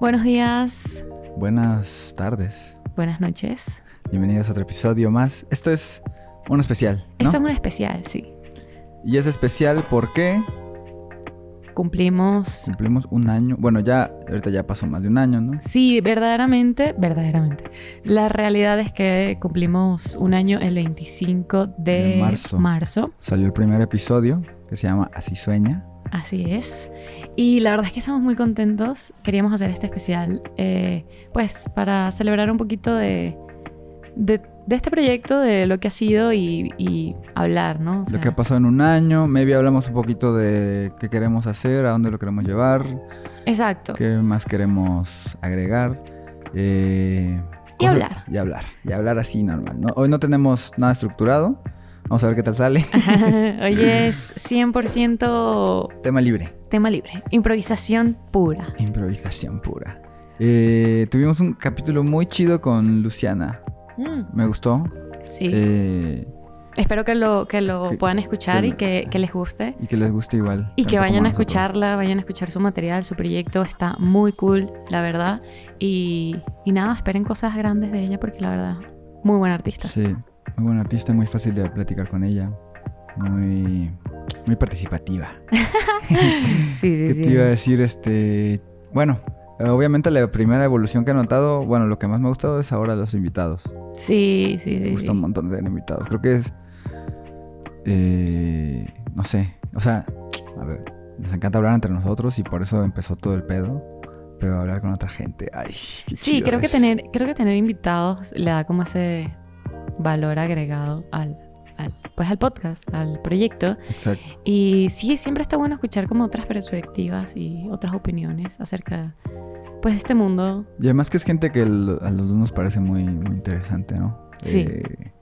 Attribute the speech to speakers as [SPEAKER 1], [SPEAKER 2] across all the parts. [SPEAKER 1] Buenos días,
[SPEAKER 2] Buenas tardes.
[SPEAKER 1] buenas noches.
[SPEAKER 2] Bienvenidos a otro episodio más. Esto es un especial, ¿no?
[SPEAKER 1] Esto es un especial, sí.
[SPEAKER 2] Y es especial porque
[SPEAKER 1] Cumplimos.
[SPEAKER 2] cumplimos un año. Bueno, ya, ahorita ya pasó más de un año, ¿no?
[SPEAKER 1] Sí, verdaderamente, verdaderamente. La realidad es que cumplimos un año el 25 de,
[SPEAKER 2] De marzo.
[SPEAKER 1] marzo.
[SPEAKER 2] Salió el primer episodio que se llama Así sueña.
[SPEAKER 1] Así es. Y la verdad es que estamos muy contentos. Queríamos hacer este especial, eh, pues, para celebrar un poquito de, de, de este proyecto, de lo que ha sido y, y hablar, ¿no? O sea,
[SPEAKER 2] Lo que ha pasado en un año. Maybe hablamos un poquito de qué queremos hacer, a dónde lo queremos llevar,
[SPEAKER 1] exacto.
[SPEAKER 2] qué más queremos agregar. eh,
[SPEAKER 1] Y
[SPEAKER 2] cosas-
[SPEAKER 1] hablar.
[SPEAKER 2] Y hablar. Y hablar así normal. ¿no? Hoy no tenemos nada estructurado. Vamos a ver qué tal sale.
[SPEAKER 1] Hoy es 100%
[SPEAKER 2] Tema libre.
[SPEAKER 1] tema libre, improvisación pura.
[SPEAKER 2] Improvisación pura. Eh, tuvimos un capítulo muy chido con Luciana.
[SPEAKER 1] Mm,
[SPEAKER 2] Me gustó.
[SPEAKER 1] sí.
[SPEAKER 2] Eh,
[SPEAKER 1] Espero que lo, que lo
[SPEAKER 2] que-
[SPEAKER 1] puedan escuchar
[SPEAKER 2] que
[SPEAKER 1] y
[SPEAKER 2] lo-
[SPEAKER 1] que, que les guste.
[SPEAKER 2] y que les guste igual.
[SPEAKER 1] Y
[SPEAKER 2] tanto
[SPEAKER 1] que
[SPEAKER 2] como
[SPEAKER 1] vayan a
[SPEAKER 2] nosotros.
[SPEAKER 1] escucharla, vayan a escuchar su material, su proyecto. Está muy cool, la verdad. Y, y nada, esperen cosas grandes de ella porque la verdad, muy buena artista.
[SPEAKER 2] Sí. Muy buena artista, muy fácil de platicar con ella. Muy, muy participativa.
[SPEAKER 1] Sí, sí,
[SPEAKER 2] ¿Qué
[SPEAKER 1] sí.
[SPEAKER 2] te iba a decir? Este. Bueno, obviamente la primera evolución que he notado, bueno, lo que más me ha gustado es ahora los invitados.
[SPEAKER 1] Sí, sí, sí,
[SPEAKER 2] Me gusta
[SPEAKER 1] sí.
[SPEAKER 2] un montón tener invitados. Creo que es. eh, no sé. O sea, a ver. Nos encanta hablar entre nosotros y por eso empezó todo el pedo. Pero hablar con otra gente. Ay, qué
[SPEAKER 1] Sí,
[SPEAKER 2] chido
[SPEAKER 1] creo que,
[SPEAKER 2] es.
[SPEAKER 1] tener, creo que tener invitados le da como ese valor agregado al, al, pues al podcast, al proyecto.
[SPEAKER 2] Exacto.
[SPEAKER 1] Y sí, siempre está bueno escuchar como otras perspectivas y otras opiniones acerca pues, de este mundo
[SPEAKER 2] Y además que es gente que el- a los dos nos parece muy, muy interesante, ¿no?
[SPEAKER 1] Sí.
[SPEAKER 2] Eh,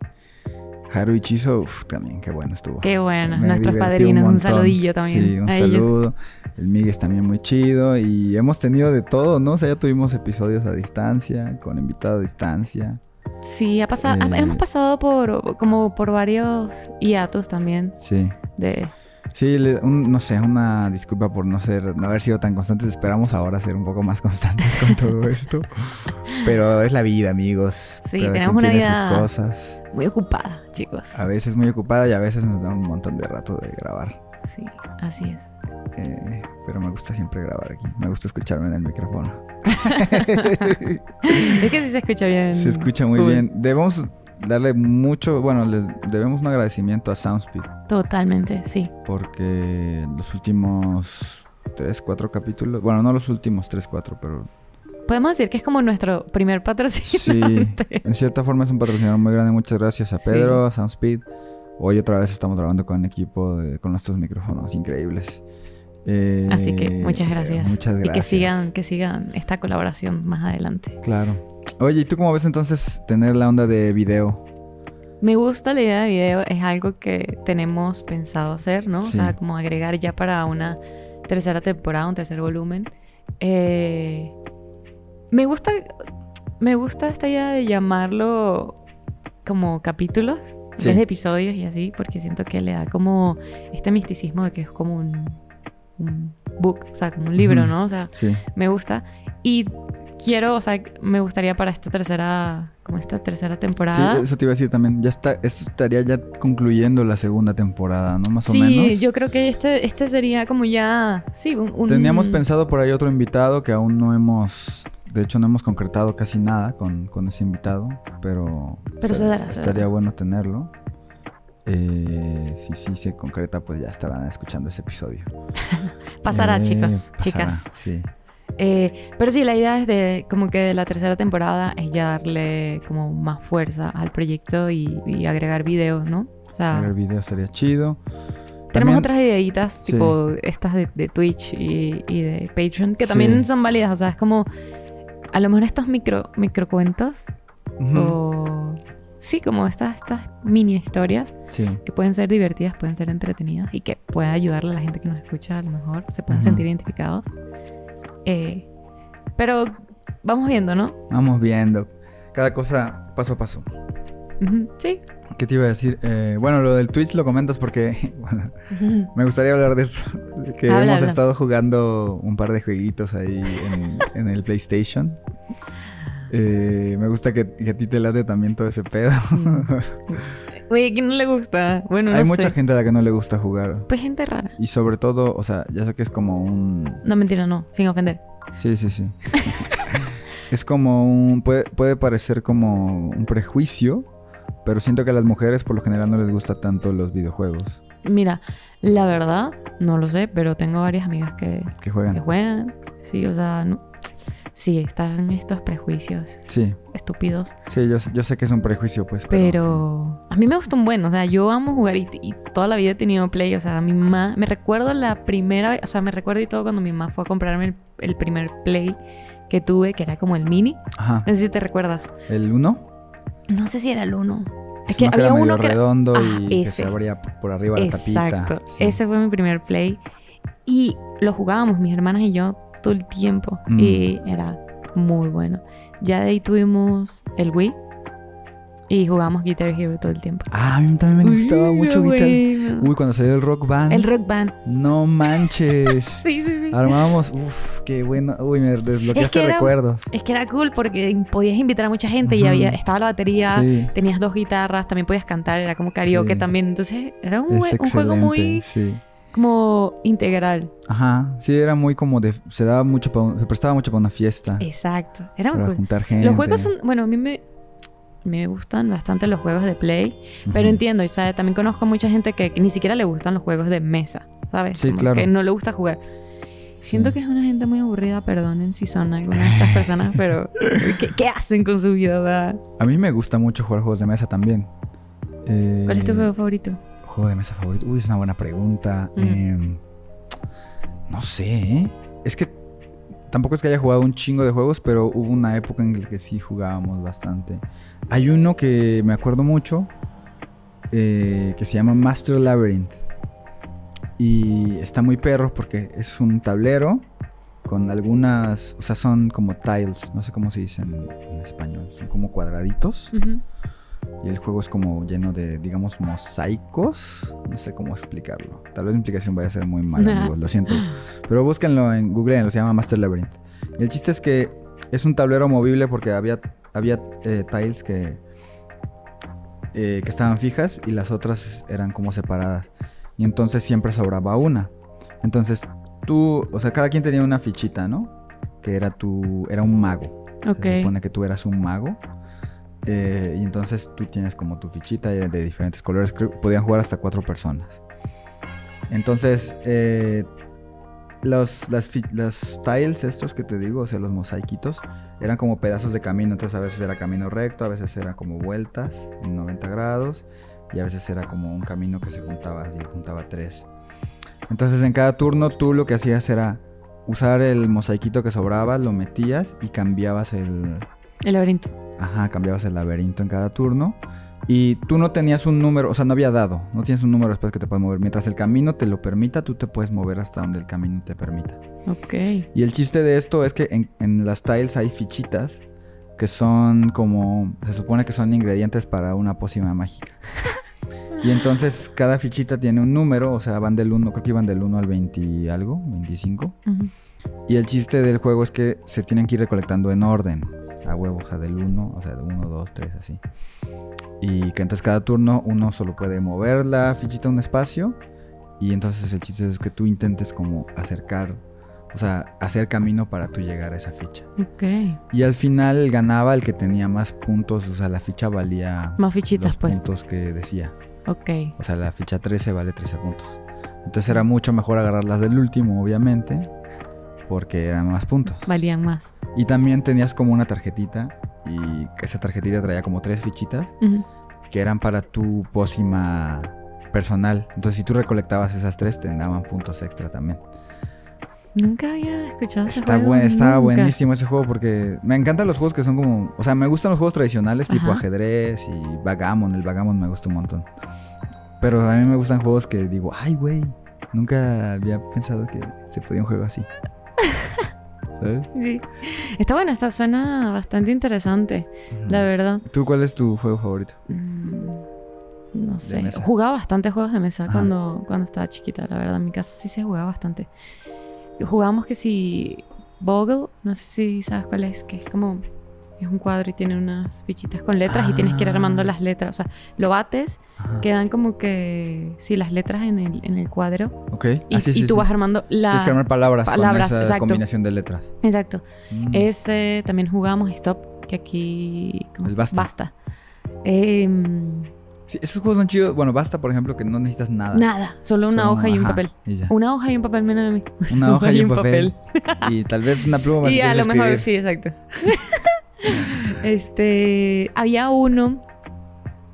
[SPEAKER 2] Haru y Chizo, uf, también, qué bueno estuvo.
[SPEAKER 1] Qué bueno,
[SPEAKER 2] Me
[SPEAKER 1] nuestros
[SPEAKER 2] divertí
[SPEAKER 1] padrinos, un,
[SPEAKER 2] montón.
[SPEAKER 1] saludillo también.
[SPEAKER 2] Sí, un
[SPEAKER 1] a ellos.
[SPEAKER 2] saludo. El Miguel es también muy chido. Y hemos tenido de todo, ¿no? O sea, ya tuvimos episodios a distancia, con invitado a distancia.
[SPEAKER 1] Sí, ha pasado, ha-
[SPEAKER 2] Eh,
[SPEAKER 1] hemos pasado por como por varios hiatos también
[SPEAKER 2] Sí.
[SPEAKER 1] de
[SPEAKER 2] Sí, le- un- no sé, una disculpa por no ser, no haber sido tan constantes. Esperamos ahora ser un poco más constantes con todo esto. Pero es la vida, amigos.
[SPEAKER 1] Sí,
[SPEAKER 2] Cada
[SPEAKER 1] tenemos
[SPEAKER 2] quien
[SPEAKER 1] una
[SPEAKER 2] tiene
[SPEAKER 1] vida-
[SPEAKER 2] sus cosas.
[SPEAKER 1] muy ocupada, chicos.
[SPEAKER 2] A veces muy ocupada y a veces nos da un montón de rato de grabar.
[SPEAKER 1] Sí, así es.
[SPEAKER 2] Eh, pero me gusta siempre grabar aquí. Me gusta escucharme en el micrófono.
[SPEAKER 1] es que sí se escucha bien.
[SPEAKER 2] Se escucha muy
[SPEAKER 1] Cool.
[SPEAKER 2] bien. Debemos darle mucho, bueno, les debemos un agradecimiento a Soundspeed
[SPEAKER 1] Totalmente, sí.
[SPEAKER 2] porque los últimos 3, 4 capítulos, bueno, no los últimos 3, 4, pero
[SPEAKER 1] Podemos decir que es como nuestro primer
[SPEAKER 2] sí,
[SPEAKER 1] patrocinante.
[SPEAKER 2] en cierta forma es un patrocinador muy grande. Muchas gracias a
[SPEAKER 1] Sí.
[SPEAKER 2] Pedro, a Soundspeed. Hoy otra vez estamos grabando con equipo, de- con nuestros micrófonos increíbles. Eh,
[SPEAKER 1] Así que muchas
[SPEAKER 2] eh,
[SPEAKER 1] gracias.
[SPEAKER 2] Muchas
[SPEAKER 1] Y
[SPEAKER 2] gracias.
[SPEAKER 1] que sigan, que sigan esta colaboración más adelante.
[SPEAKER 2] Claro. Oye, ¿y tú cómo ves entonces tener la onda de video?
[SPEAKER 1] Me gusta la idea de video, es algo que tenemos pensado hacer, ¿no? O
[SPEAKER 2] Sí.
[SPEAKER 1] sea, como agregar ya para una tercera temporada, un tercer volumen. Eh, me gusta, me gusta esta idea de llamarlo como capítulos,
[SPEAKER 2] Sí.
[SPEAKER 1] en vez de episodios y así, porque siento que le da como este misticismo de que es como un, un book, o sea, como un libro,
[SPEAKER 2] Ujú.
[SPEAKER 1] ¿no? O sea,
[SPEAKER 2] Sí.
[SPEAKER 1] me gusta y quiero, o sea, me gustaría para esta tercera, como esta tercera temporada.
[SPEAKER 2] Sí, eso te iba a decir también. Ya está, esto estaría ya concluyendo la segunda temporada, ¿no? Más
[SPEAKER 1] sí,
[SPEAKER 2] o menos.
[SPEAKER 1] yo creo que este, este sería como ya. Sí, un. un-
[SPEAKER 2] Teníamos pensado por ahí otro invitado que aún no hemos, de hecho no hemos concretado casi nada con, con ese invitado, pero,
[SPEAKER 1] Pero se dará, se
[SPEAKER 2] estaría
[SPEAKER 1] dará.
[SPEAKER 2] bueno tenerlo. eh, si sí se concreta, pues ya estarán escuchando ese episodio.
[SPEAKER 1] Pasará,
[SPEAKER 2] Eh,
[SPEAKER 1] chicos,
[SPEAKER 2] pasará,
[SPEAKER 1] chicas.
[SPEAKER 2] Sí.
[SPEAKER 1] Eh, pero sí, la idea es de como que la tercera temporada es ya darle como más fuerza al proyecto y, y agregar videos, ¿no? O sea,
[SPEAKER 2] El video estaría chido.
[SPEAKER 1] Ah. tenemos
[SPEAKER 2] También-
[SPEAKER 1] otras ideitas,
[SPEAKER 2] Sí.
[SPEAKER 1] tipo estas de, de Twitch y, y de Patreon, que
[SPEAKER 2] Sí.
[SPEAKER 1] también son válidas. O sea, es como a lo mejor estos micro, micro cuentos
[SPEAKER 2] Ujú,
[SPEAKER 1] o... Sí, como estas, estas mini historias
[SPEAKER 2] Sí.
[SPEAKER 1] que pueden ser divertidas, pueden ser entretenidas y que pueda ayudarle a la gente que nos escucha a lo mejor, se pueden
[SPEAKER 2] Ajá.
[SPEAKER 1] sentir identificados. Eh, pero vamos viendo, ¿no?
[SPEAKER 2] Vamos viendo. Cada cosa paso a paso.
[SPEAKER 1] Ujú, Sí.
[SPEAKER 2] ¿Qué te iba a decir? Eh, bueno, lo del Twitch lo comentas porque bueno, me gustaría hablar de eso. de Que
[SPEAKER 1] Habla,
[SPEAKER 2] hemos
[SPEAKER 1] habla.
[SPEAKER 2] estado jugando un par de jueguitos ahí en, en el PlayStation. Eh, me gusta que, que a ti te late también todo ese pedo.
[SPEAKER 1] Oye, ¿quién no le gusta? Bueno, Mm, no
[SPEAKER 2] Hay
[SPEAKER 1] sé.
[SPEAKER 2] mucha gente a la que no le gusta jugar.
[SPEAKER 1] Pues gente rara.
[SPEAKER 2] Y sobre todo, o sea, ya sé que es como un...
[SPEAKER 1] No, mentira, no, sin ofender.
[SPEAKER 2] Sí, sí, sí. es como un... Puede, puede parecer como un prejuicio, pero siento que a las mujeres por lo general no les gusta tanto los videojuegos
[SPEAKER 1] Mira, la verdad, no lo sé, pero tengo varias amigas que,
[SPEAKER 2] que
[SPEAKER 1] que
[SPEAKER 2] juegan.
[SPEAKER 1] juegan. Sí, o sea, no. Sí, están estos prejuicios
[SPEAKER 2] Sí,
[SPEAKER 1] estúpidos.
[SPEAKER 2] sí, yo, sé- yo sé que es un prejuicio, pues.
[SPEAKER 1] Pero a mí me gusta un buen, o sea, yo amo jugar y, y toda la vida he tenido Play, o sea, mi mamá, me recuerdo la primera, vez- o sea, me recuerdo y todo cuando mi mamá fue a comprarme el, el primer Play que tuve, que era como el mini,
[SPEAKER 2] Ajá.
[SPEAKER 1] no sé si te recuerdas,
[SPEAKER 2] ¿El 1?
[SPEAKER 1] no sé si era el uno, es que
[SPEAKER 2] uno
[SPEAKER 1] había
[SPEAKER 2] era medio
[SPEAKER 1] uno que era-
[SPEAKER 2] redondo
[SPEAKER 1] Ah,
[SPEAKER 2] y que
[SPEAKER 1] ese.
[SPEAKER 2] se abría p- por arriba la tapita.
[SPEAKER 1] exacto,
[SPEAKER 2] Sí.
[SPEAKER 1] ese fue mi primer Play y lo jugábamos mis hermanas y yo todo el tiempo
[SPEAKER 2] Mm.
[SPEAKER 1] y era muy bueno, ya de ahí tuvimos el Wii y jugamos Guitar Hero todo el tiempo.
[SPEAKER 2] Ah, a mí también me gustaba
[SPEAKER 1] Uy,
[SPEAKER 2] mucho
[SPEAKER 1] era
[SPEAKER 2] Guitar.
[SPEAKER 1] bueno.
[SPEAKER 2] Uy, cuando salió el Rock Band.
[SPEAKER 1] El rock band.
[SPEAKER 2] No manches.
[SPEAKER 1] Sí, sí, sí.
[SPEAKER 2] Armábamos. Uf, qué bueno. Uy, me desbloqueaste
[SPEAKER 1] Es que era-
[SPEAKER 2] recuerdos.
[SPEAKER 1] Es que era cool porque podías invitar a mucha gente y
[SPEAKER 2] Ujú.
[SPEAKER 1] había, estaba la batería,
[SPEAKER 2] Sí.
[SPEAKER 1] tenías dos guitarras, también podías cantar, era como karaoke
[SPEAKER 2] Sí.
[SPEAKER 1] también. Entonces era un,
[SPEAKER 2] Es
[SPEAKER 1] buen- un
[SPEAKER 2] excelente.
[SPEAKER 1] juego muy
[SPEAKER 2] Sí.
[SPEAKER 1] como integral.
[SPEAKER 2] Ajá. Sí, era muy como de. Se daba mucho. pa un- se prestaba mucho para una fiesta.
[SPEAKER 1] Exacto. Era un
[SPEAKER 2] Para
[SPEAKER 1] cool.
[SPEAKER 2] juntar gente.
[SPEAKER 1] Los juegos son, bueno, a mí me, me gustan bastante los juegos de play,
[SPEAKER 2] Ujú.
[SPEAKER 1] pero entiendo, y sabes, también conozco mucha gente que, que ni siquiera le gustan los juegos de mesa, ¿sabes?
[SPEAKER 2] Sí, claro.
[SPEAKER 1] Que no le gusta jugar. Siento
[SPEAKER 2] Sí.
[SPEAKER 1] que es una gente muy aburrida, perdonen si son algunas de estas personas, pero ¿qué, qué hacen con su vida? O sea,
[SPEAKER 2] A mí me gusta mucho jugar juegos de mesa también. Eh,
[SPEAKER 1] ¿Cuál es tu juego favorito?
[SPEAKER 2] ¿Juego de mesa favorito? Uy, es una buena pregunta.
[SPEAKER 1] Ujú.
[SPEAKER 2] Em, no sé. ¿eh? Es que tampoco es que haya jugado un chingo de juegos, pero hubo una época en la que sí jugábamos bastante. Hay uno que me acuerdo mucho eh, que se llama Master Labyrinth. Y está muy perro porque es un tablero con algunas. O sea, son como tiles. No sé cómo se dicen en español. Son como cuadraditos.
[SPEAKER 1] Ujú.
[SPEAKER 2] Y el juego es como lleno de, digamos, mosaicos. No sé cómo explicarlo. Tal vez mi explicación vaya a ser muy mala, amigos, lo siento. Pero búsquenlo en Google, lo se llama Master Labyrinth. Y el chiste es que es un tablero movible porque había, había eh, tiles que, eh, que estaban fijas y las otras eran como separadas. Y entonces siempre sobraba una. Entonces tú, o sea, cada quien tenía una fichita, ¿no? Que era tu, era un mago. Se
[SPEAKER 1] Ok.
[SPEAKER 2] supone que tú eras un mago. eh, y entonces tú tienes como tu fichita de, de diferentes colores. Creo- podían jugar hasta cuatro personas. Entonces, eh, los, las, fi- las tiles estos que te digo, o sea, los mosaiquitos, eran como pedazos de camino. Entonces a veces era camino recto, a veces era como vueltas en 90 grados. Y a veces era como un camino que se juntaba, así, juntaba tres. Entonces en cada turno tú lo que hacías era usar el mosaiquito que sobraba, lo metías y cambiabas el,
[SPEAKER 1] El laberinto.
[SPEAKER 2] Ajá, cambiabas el laberinto en cada turno. Y tú no tenías un número, o sea, no había dado. No tienes un número después que te puedas mover. Mientras el camino te lo permita, tú te puedes mover hasta donde el camino te permita.
[SPEAKER 1] Ok.
[SPEAKER 2] Y el chiste de esto es que en, en las tiles hay fichitas que son como. Se supone que son ingredientes para una pócima mágica. Y entonces cada fichita tiene un número, o sea, van del 1, creo que iban del 1 al 20 y algo, 25.
[SPEAKER 1] Ujú.
[SPEAKER 2] Y el chiste del juego es que se tienen que ir recolectando en orden, a huevo, o sea, del 1, o sea, de 1, 2, 3, así. Y que entonces cada turno uno solo puede mover la fichita a un espacio. Y entonces el chiste es que tú intentes como acercar, o sea, hacer camino para tú llegar a esa ficha.
[SPEAKER 1] Ok.
[SPEAKER 2] Y al final ganaba el que tenía más puntos, o sea, la ficha valía
[SPEAKER 1] Más
[SPEAKER 2] los
[SPEAKER 1] fichitas, pues.
[SPEAKER 2] puntos que decía.
[SPEAKER 1] Ok.
[SPEAKER 2] O sea, la ficha 13 vale 13 puntos. Entonces era mucho mejor agarrar las del último, obviamente, porque eran más puntos.
[SPEAKER 1] Valían más.
[SPEAKER 2] Y también tenías como una tarjetita y esa tarjetita traía como tres fichitas
[SPEAKER 1] Ujú.
[SPEAKER 2] que eran para tu pócima personal. Entonces si tú recolectabas esas tres te daban puntos extra también.
[SPEAKER 1] Nunca había escuchado ese
[SPEAKER 2] Está
[SPEAKER 1] juego,
[SPEAKER 2] buen, está
[SPEAKER 1] nunca.
[SPEAKER 2] buenísimo ese juego porque me encantan los juegos que son como, o sea, me gustan los juegos tradicionales tipo
[SPEAKER 1] Ajá.
[SPEAKER 2] ajedrez y vagamon, el vagamon me gusta un montón. Pero a mí me gustan juegos que digo, ay, güey, nunca había pensado que se podía un juego así. ¿Sabes?
[SPEAKER 1] Sí. Está bueno, esta suena bastante interesante, la
[SPEAKER 2] Mm.
[SPEAKER 1] verdad.
[SPEAKER 2] ¿Tú cuál es tu juego favorito?
[SPEAKER 1] Mm, No sé.
[SPEAKER 2] mesa.
[SPEAKER 1] Jugaba bastante juegos de mesa
[SPEAKER 2] Ajá.
[SPEAKER 1] cuando, cuando estaba chiquita, la verdad. En mi casa sí se jugaba bastante. Jugamos que si Bogle, no sé si sabes cuál es, que es como. Es un cuadro y tiene unas fichitas con letras y tienes que ir armando
[SPEAKER 2] Ah.
[SPEAKER 1] las letras. O sea, lo bates,
[SPEAKER 2] Ajá.
[SPEAKER 1] quedan como que. Sí, las letras en el, en el cuadro.
[SPEAKER 2] Ok.
[SPEAKER 1] Y,
[SPEAKER 2] Ah, sí,
[SPEAKER 1] y
[SPEAKER 2] sí,
[SPEAKER 1] tú
[SPEAKER 2] sí.
[SPEAKER 1] vas armando la.
[SPEAKER 2] Tienes que armar palabras,
[SPEAKER 1] palabras,
[SPEAKER 2] con esa
[SPEAKER 1] exacto.
[SPEAKER 2] combinación de letras.
[SPEAKER 1] Exacto.
[SPEAKER 2] Mm.
[SPEAKER 1] Ese también jugamos Stop, que aquí. ¿cómo
[SPEAKER 2] El
[SPEAKER 1] es?
[SPEAKER 2] basta.
[SPEAKER 1] Em,
[SPEAKER 2] Sí, esos juegos son chidos. Bueno, basta, por ejemplo, que no necesitas nada.
[SPEAKER 1] nada, solo una
[SPEAKER 2] Son-
[SPEAKER 1] hoja y un
[SPEAKER 2] ajá,
[SPEAKER 1] papel.
[SPEAKER 2] y ya.
[SPEAKER 1] Una hoja y un papel, menos de mí.
[SPEAKER 2] Una hoja y un papel. y tal vez una pluma. si
[SPEAKER 1] Y a
[SPEAKER 2] quieres
[SPEAKER 1] lo mejor,
[SPEAKER 2] escribir.
[SPEAKER 1] sí, exacto. este, había uno,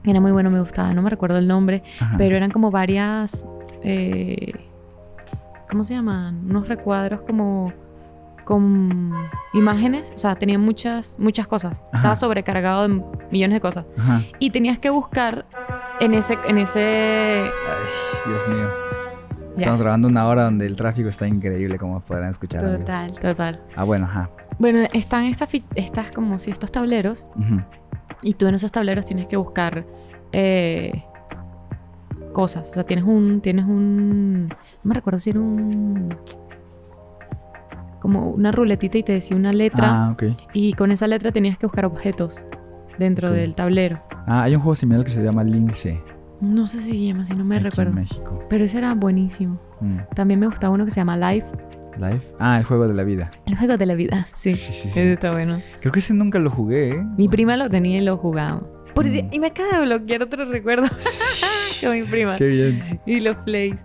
[SPEAKER 1] que era muy bueno, me gustaba, no me recuerdo el nombre,
[SPEAKER 2] Ajá.
[SPEAKER 1] pero eran como varias, eh, ¿cómo se llaman? Unos recuadros como con imágenes, o sea, tenía muchas, muchas cosas.
[SPEAKER 2] Ajá.
[SPEAKER 1] Estaba sobrecargado de millones de cosas.
[SPEAKER 2] Ajá.
[SPEAKER 1] Y tenías que buscar en ese, en ese,
[SPEAKER 2] Ay, Dios mío.
[SPEAKER 1] Ya.
[SPEAKER 2] Estamos grabando una hora donde el tráfico está increíble, como podrán escuchar. amigos.
[SPEAKER 1] total, total.
[SPEAKER 2] Ah, bueno, ajá.
[SPEAKER 1] Bueno, están estas, fi- estas como si estos tableros
[SPEAKER 2] Ujú.
[SPEAKER 1] y tú en esos tableros tienes que buscar eh, cosas. O sea, tienes un, tienes un, no me recuerdo si era un, como una ruletita y te decía una letra
[SPEAKER 2] Ah, ok.
[SPEAKER 1] y con esa letra tenías que buscar objetos dentro
[SPEAKER 2] Ok.
[SPEAKER 1] del tablero.
[SPEAKER 2] Ah, hay un juego similar que se llama Lince.
[SPEAKER 1] No sé si se llama, si no me
[SPEAKER 2] aquí
[SPEAKER 1] recuerdo.
[SPEAKER 2] En México.
[SPEAKER 1] Pero ese era buenísimo.
[SPEAKER 2] Mm.
[SPEAKER 1] También me gustaba uno que se llama Life,
[SPEAKER 2] Life. Ah, el juego de la vida.
[SPEAKER 1] el juego de la vida. Sí,
[SPEAKER 2] Sí, sí, sí.
[SPEAKER 1] ese está bueno.
[SPEAKER 2] Creo que ese nunca lo jugué, ¿eh?
[SPEAKER 1] Mi prima lo tenía y lo jugaba. Por si-
[SPEAKER 2] Mm.
[SPEAKER 1] Y me acaba de bloquear otro recuerdo con mi prima.
[SPEAKER 2] Qué bien.
[SPEAKER 1] Y los plays.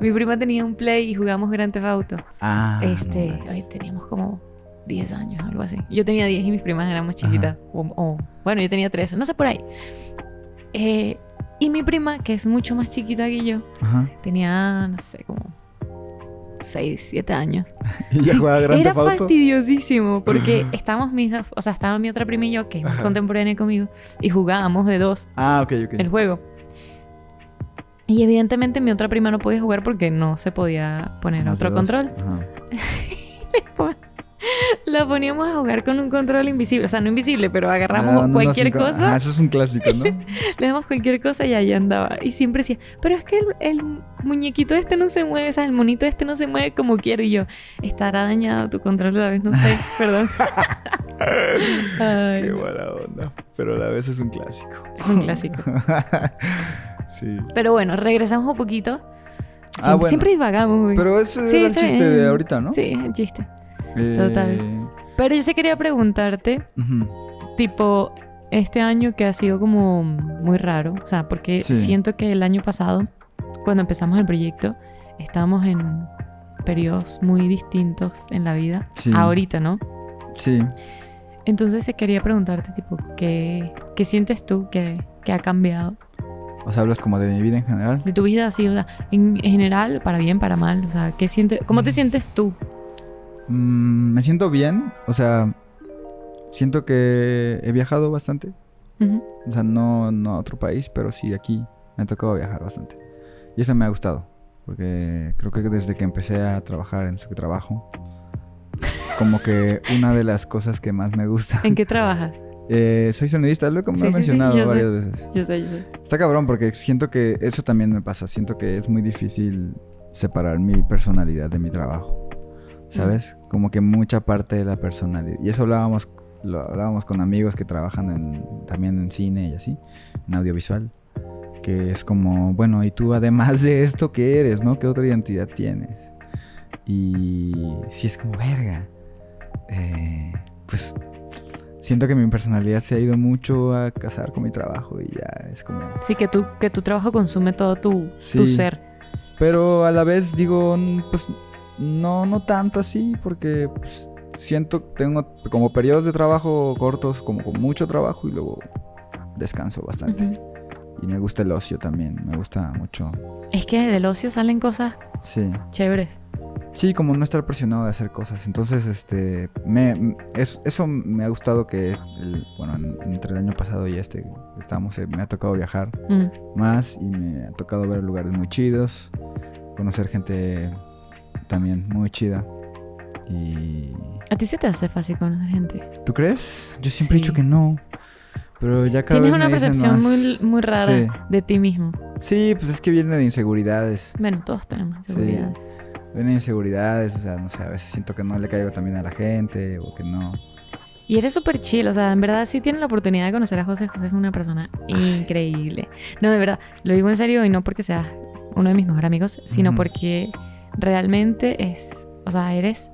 [SPEAKER 1] Mi prima tenía un play y jugamos Grand Theft Auto.
[SPEAKER 2] Ah. no
[SPEAKER 1] este,
[SPEAKER 2] manches.
[SPEAKER 1] ay, teníamos como 10 años, algo así. Yo tenía 10 y mis primas éramos chiquitas. O, o- bueno, yo tenía 13, no sé por ahí. Eh, y mi prima, que es mucho más chiquita que yo,
[SPEAKER 2] Ajá.
[SPEAKER 1] tenía, no sé, como 6, 7 años.
[SPEAKER 2] Y ya jugaba Grand
[SPEAKER 1] Era
[SPEAKER 2] Theft Auto.
[SPEAKER 1] fastidiosísimo porque estábamos mis dos- o sea, estaba mi otra prima y yo, que es más
[SPEAKER 2] Ajá.
[SPEAKER 1] contemporánea conmigo, y jugábamos de dos
[SPEAKER 2] Ah, ok, ok.
[SPEAKER 1] el juego. Y evidentemente mi otra prima no podía jugar porque no se podía poner
[SPEAKER 2] Más de
[SPEAKER 1] otro
[SPEAKER 2] dos.
[SPEAKER 1] control.
[SPEAKER 2] Ajá.
[SPEAKER 1] La poníamos a jugar con un control invisible, o sea, no invisible, pero agarramos
[SPEAKER 2] Ah, no, no,
[SPEAKER 1] cualquier
[SPEAKER 2] cinco-
[SPEAKER 1] cosa,
[SPEAKER 2] Ajá, eso es un clásico, ¿no?
[SPEAKER 1] le damos cualquier cosa y ahí andaba. Y siempre decía, pero es que el, el muñequito este no se mueve, o sea, el monito este no se mueve como quiero. Y yo, estará dañado tu control, ¿sabes? No sé, perdón. Ay,
[SPEAKER 2] Qué
[SPEAKER 1] no,
[SPEAKER 2] buena onda. Pero a la vez es un clásico.
[SPEAKER 1] es un clásico.
[SPEAKER 2] sí.
[SPEAKER 1] Pero bueno, regresamos un poquito.
[SPEAKER 2] Ah,
[SPEAKER 1] Siempre,
[SPEAKER 2] bueno.
[SPEAKER 1] siempre divagamos, güey.
[SPEAKER 2] Pero eso
[SPEAKER 1] Sí,
[SPEAKER 2] era el
[SPEAKER 1] sí,
[SPEAKER 2] chiste
[SPEAKER 1] eh,
[SPEAKER 2] de ahorita, ¿no?
[SPEAKER 1] Sí, es el chiste.
[SPEAKER 2] Eh,
[SPEAKER 1] total. Pero yo sí quería preguntarte,
[SPEAKER 2] ujú.
[SPEAKER 1] tipo, este año que ha sido como muy raro, o sea, porque
[SPEAKER 2] Sí.
[SPEAKER 1] siento que el año pasado, cuando empezamos el proyecto, estábamos en periodos muy distintos en la vida,
[SPEAKER 2] Sí.
[SPEAKER 1] ahorita, ¿no?
[SPEAKER 2] Sí.
[SPEAKER 1] Entonces sí quería preguntarte, tipo, ¿qué, qué sientes tú que, que ha cambiado
[SPEAKER 2] O sea, hablas como de mi vida en general.
[SPEAKER 1] de tu vida? Así, o sea, en general, para bien, para mal, o sea, ¿qué sientes, ¿cómo te
[SPEAKER 2] Mm.
[SPEAKER 1] sientes tú?
[SPEAKER 2] Mm, me siento bien. O sea, siento que he viajado bastante.
[SPEAKER 1] Ujú.
[SPEAKER 2] O sea, no, no a otro país, pero sí aquí me ha tocado viajar bastante. Y eso me ha gustado. Porque creo que desde que empecé a trabajar en su trabajo, como que una de las cosas que más me gusta.
[SPEAKER 1] ¿En qué trabajas?
[SPEAKER 2] Eh, soy sonidista, lo que me
[SPEAKER 1] Sí,
[SPEAKER 2] he
[SPEAKER 1] sí, sí,
[SPEAKER 2] mencionado
[SPEAKER 1] yo sé.
[SPEAKER 2] varias veces.
[SPEAKER 1] Yo sé, yo sé.
[SPEAKER 2] Está cabrón porque siento que eso también me pasa. Siento que es muy difícil separar mi personalidad de mi trabajo. ¿Sabes? Como que mucha parte de la personalidad. Y eso hablábamos, lo hablábamos con amigos que trabajan en- también en cine y así, en audiovisual. Que es como, bueno, ¿y tú además de esto qué eres, no? ¿Qué otra identidad tienes? Y si es como, verga. eh, pues siento que mi personalidad se ha ido mucho a casar con mi trabajo y ya es como...
[SPEAKER 1] Sí, que tu, que tu trabajo consume todo tu, tu
[SPEAKER 2] Sí.
[SPEAKER 1] ser.
[SPEAKER 2] Pero a la vez digo, "Mm, pues no, no tanto así, porque pues, siento que tengo como periodos de trabajo cortos, como con mucho trabajo y luego descanso bastante.
[SPEAKER 1] Ujú.
[SPEAKER 2] Y me gusta el ocio también, me gusta mucho.
[SPEAKER 1] Es que del ocio salen cosas
[SPEAKER 2] Sí.
[SPEAKER 1] chéveres.
[SPEAKER 2] Sí, como no estar presionado de hacer cosas. Entonces, este, me, m- es- eso me ha gustado que, es el- bueno, en- entre el año pasado y este, estábamos, eh, me ha tocado viajar
[SPEAKER 1] Mm.
[SPEAKER 2] más y me ha tocado ver lugares muy chidos, conocer gente también muy chida. Y,
[SPEAKER 1] A ti se te hace fácil conocer gente.
[SPEAKER 2] ¿tú crees? Yo siempre he dicho
[SPEAKER 1] Sí.
[SPEAKER 2] que no, pero ya cada
[SPEAKER 1] Tienes
[SPEAKER 2] vez
[SPEAKER 1] una
[SPEAKER 2] me dicen
[SPEAKER 1] percepción
[SPEAKER 2] más.
[SPEAKER 1] muy, muy rara
[SPEAKER 2] Sí.
[SPEAKER 1] de ti mismo.
[SPEAKER 2] Sí, pues es que viene de inseguridades.
[SPEAKER 1] Bueno, todos tenemos
[SPEAKER 2] Sí.
[SPEAKER 1] inseguridades.
[SPEAKER 2] Viene de inseguridades, o sea, no sé, a veces siento que no le caigo también a la gente o que no.
[SPEAKER 1] Y eres súper chill, o sea, en verdad sí tienen la oportunidad de conocer a José. José es una persona increíble. No, de verdad, lo digo en serio y no porque seas uno de mis mejores amigos, sino
[SPEAKER 2] Ujú.
[SPEAKER 1] porque realmente es, o sea, eres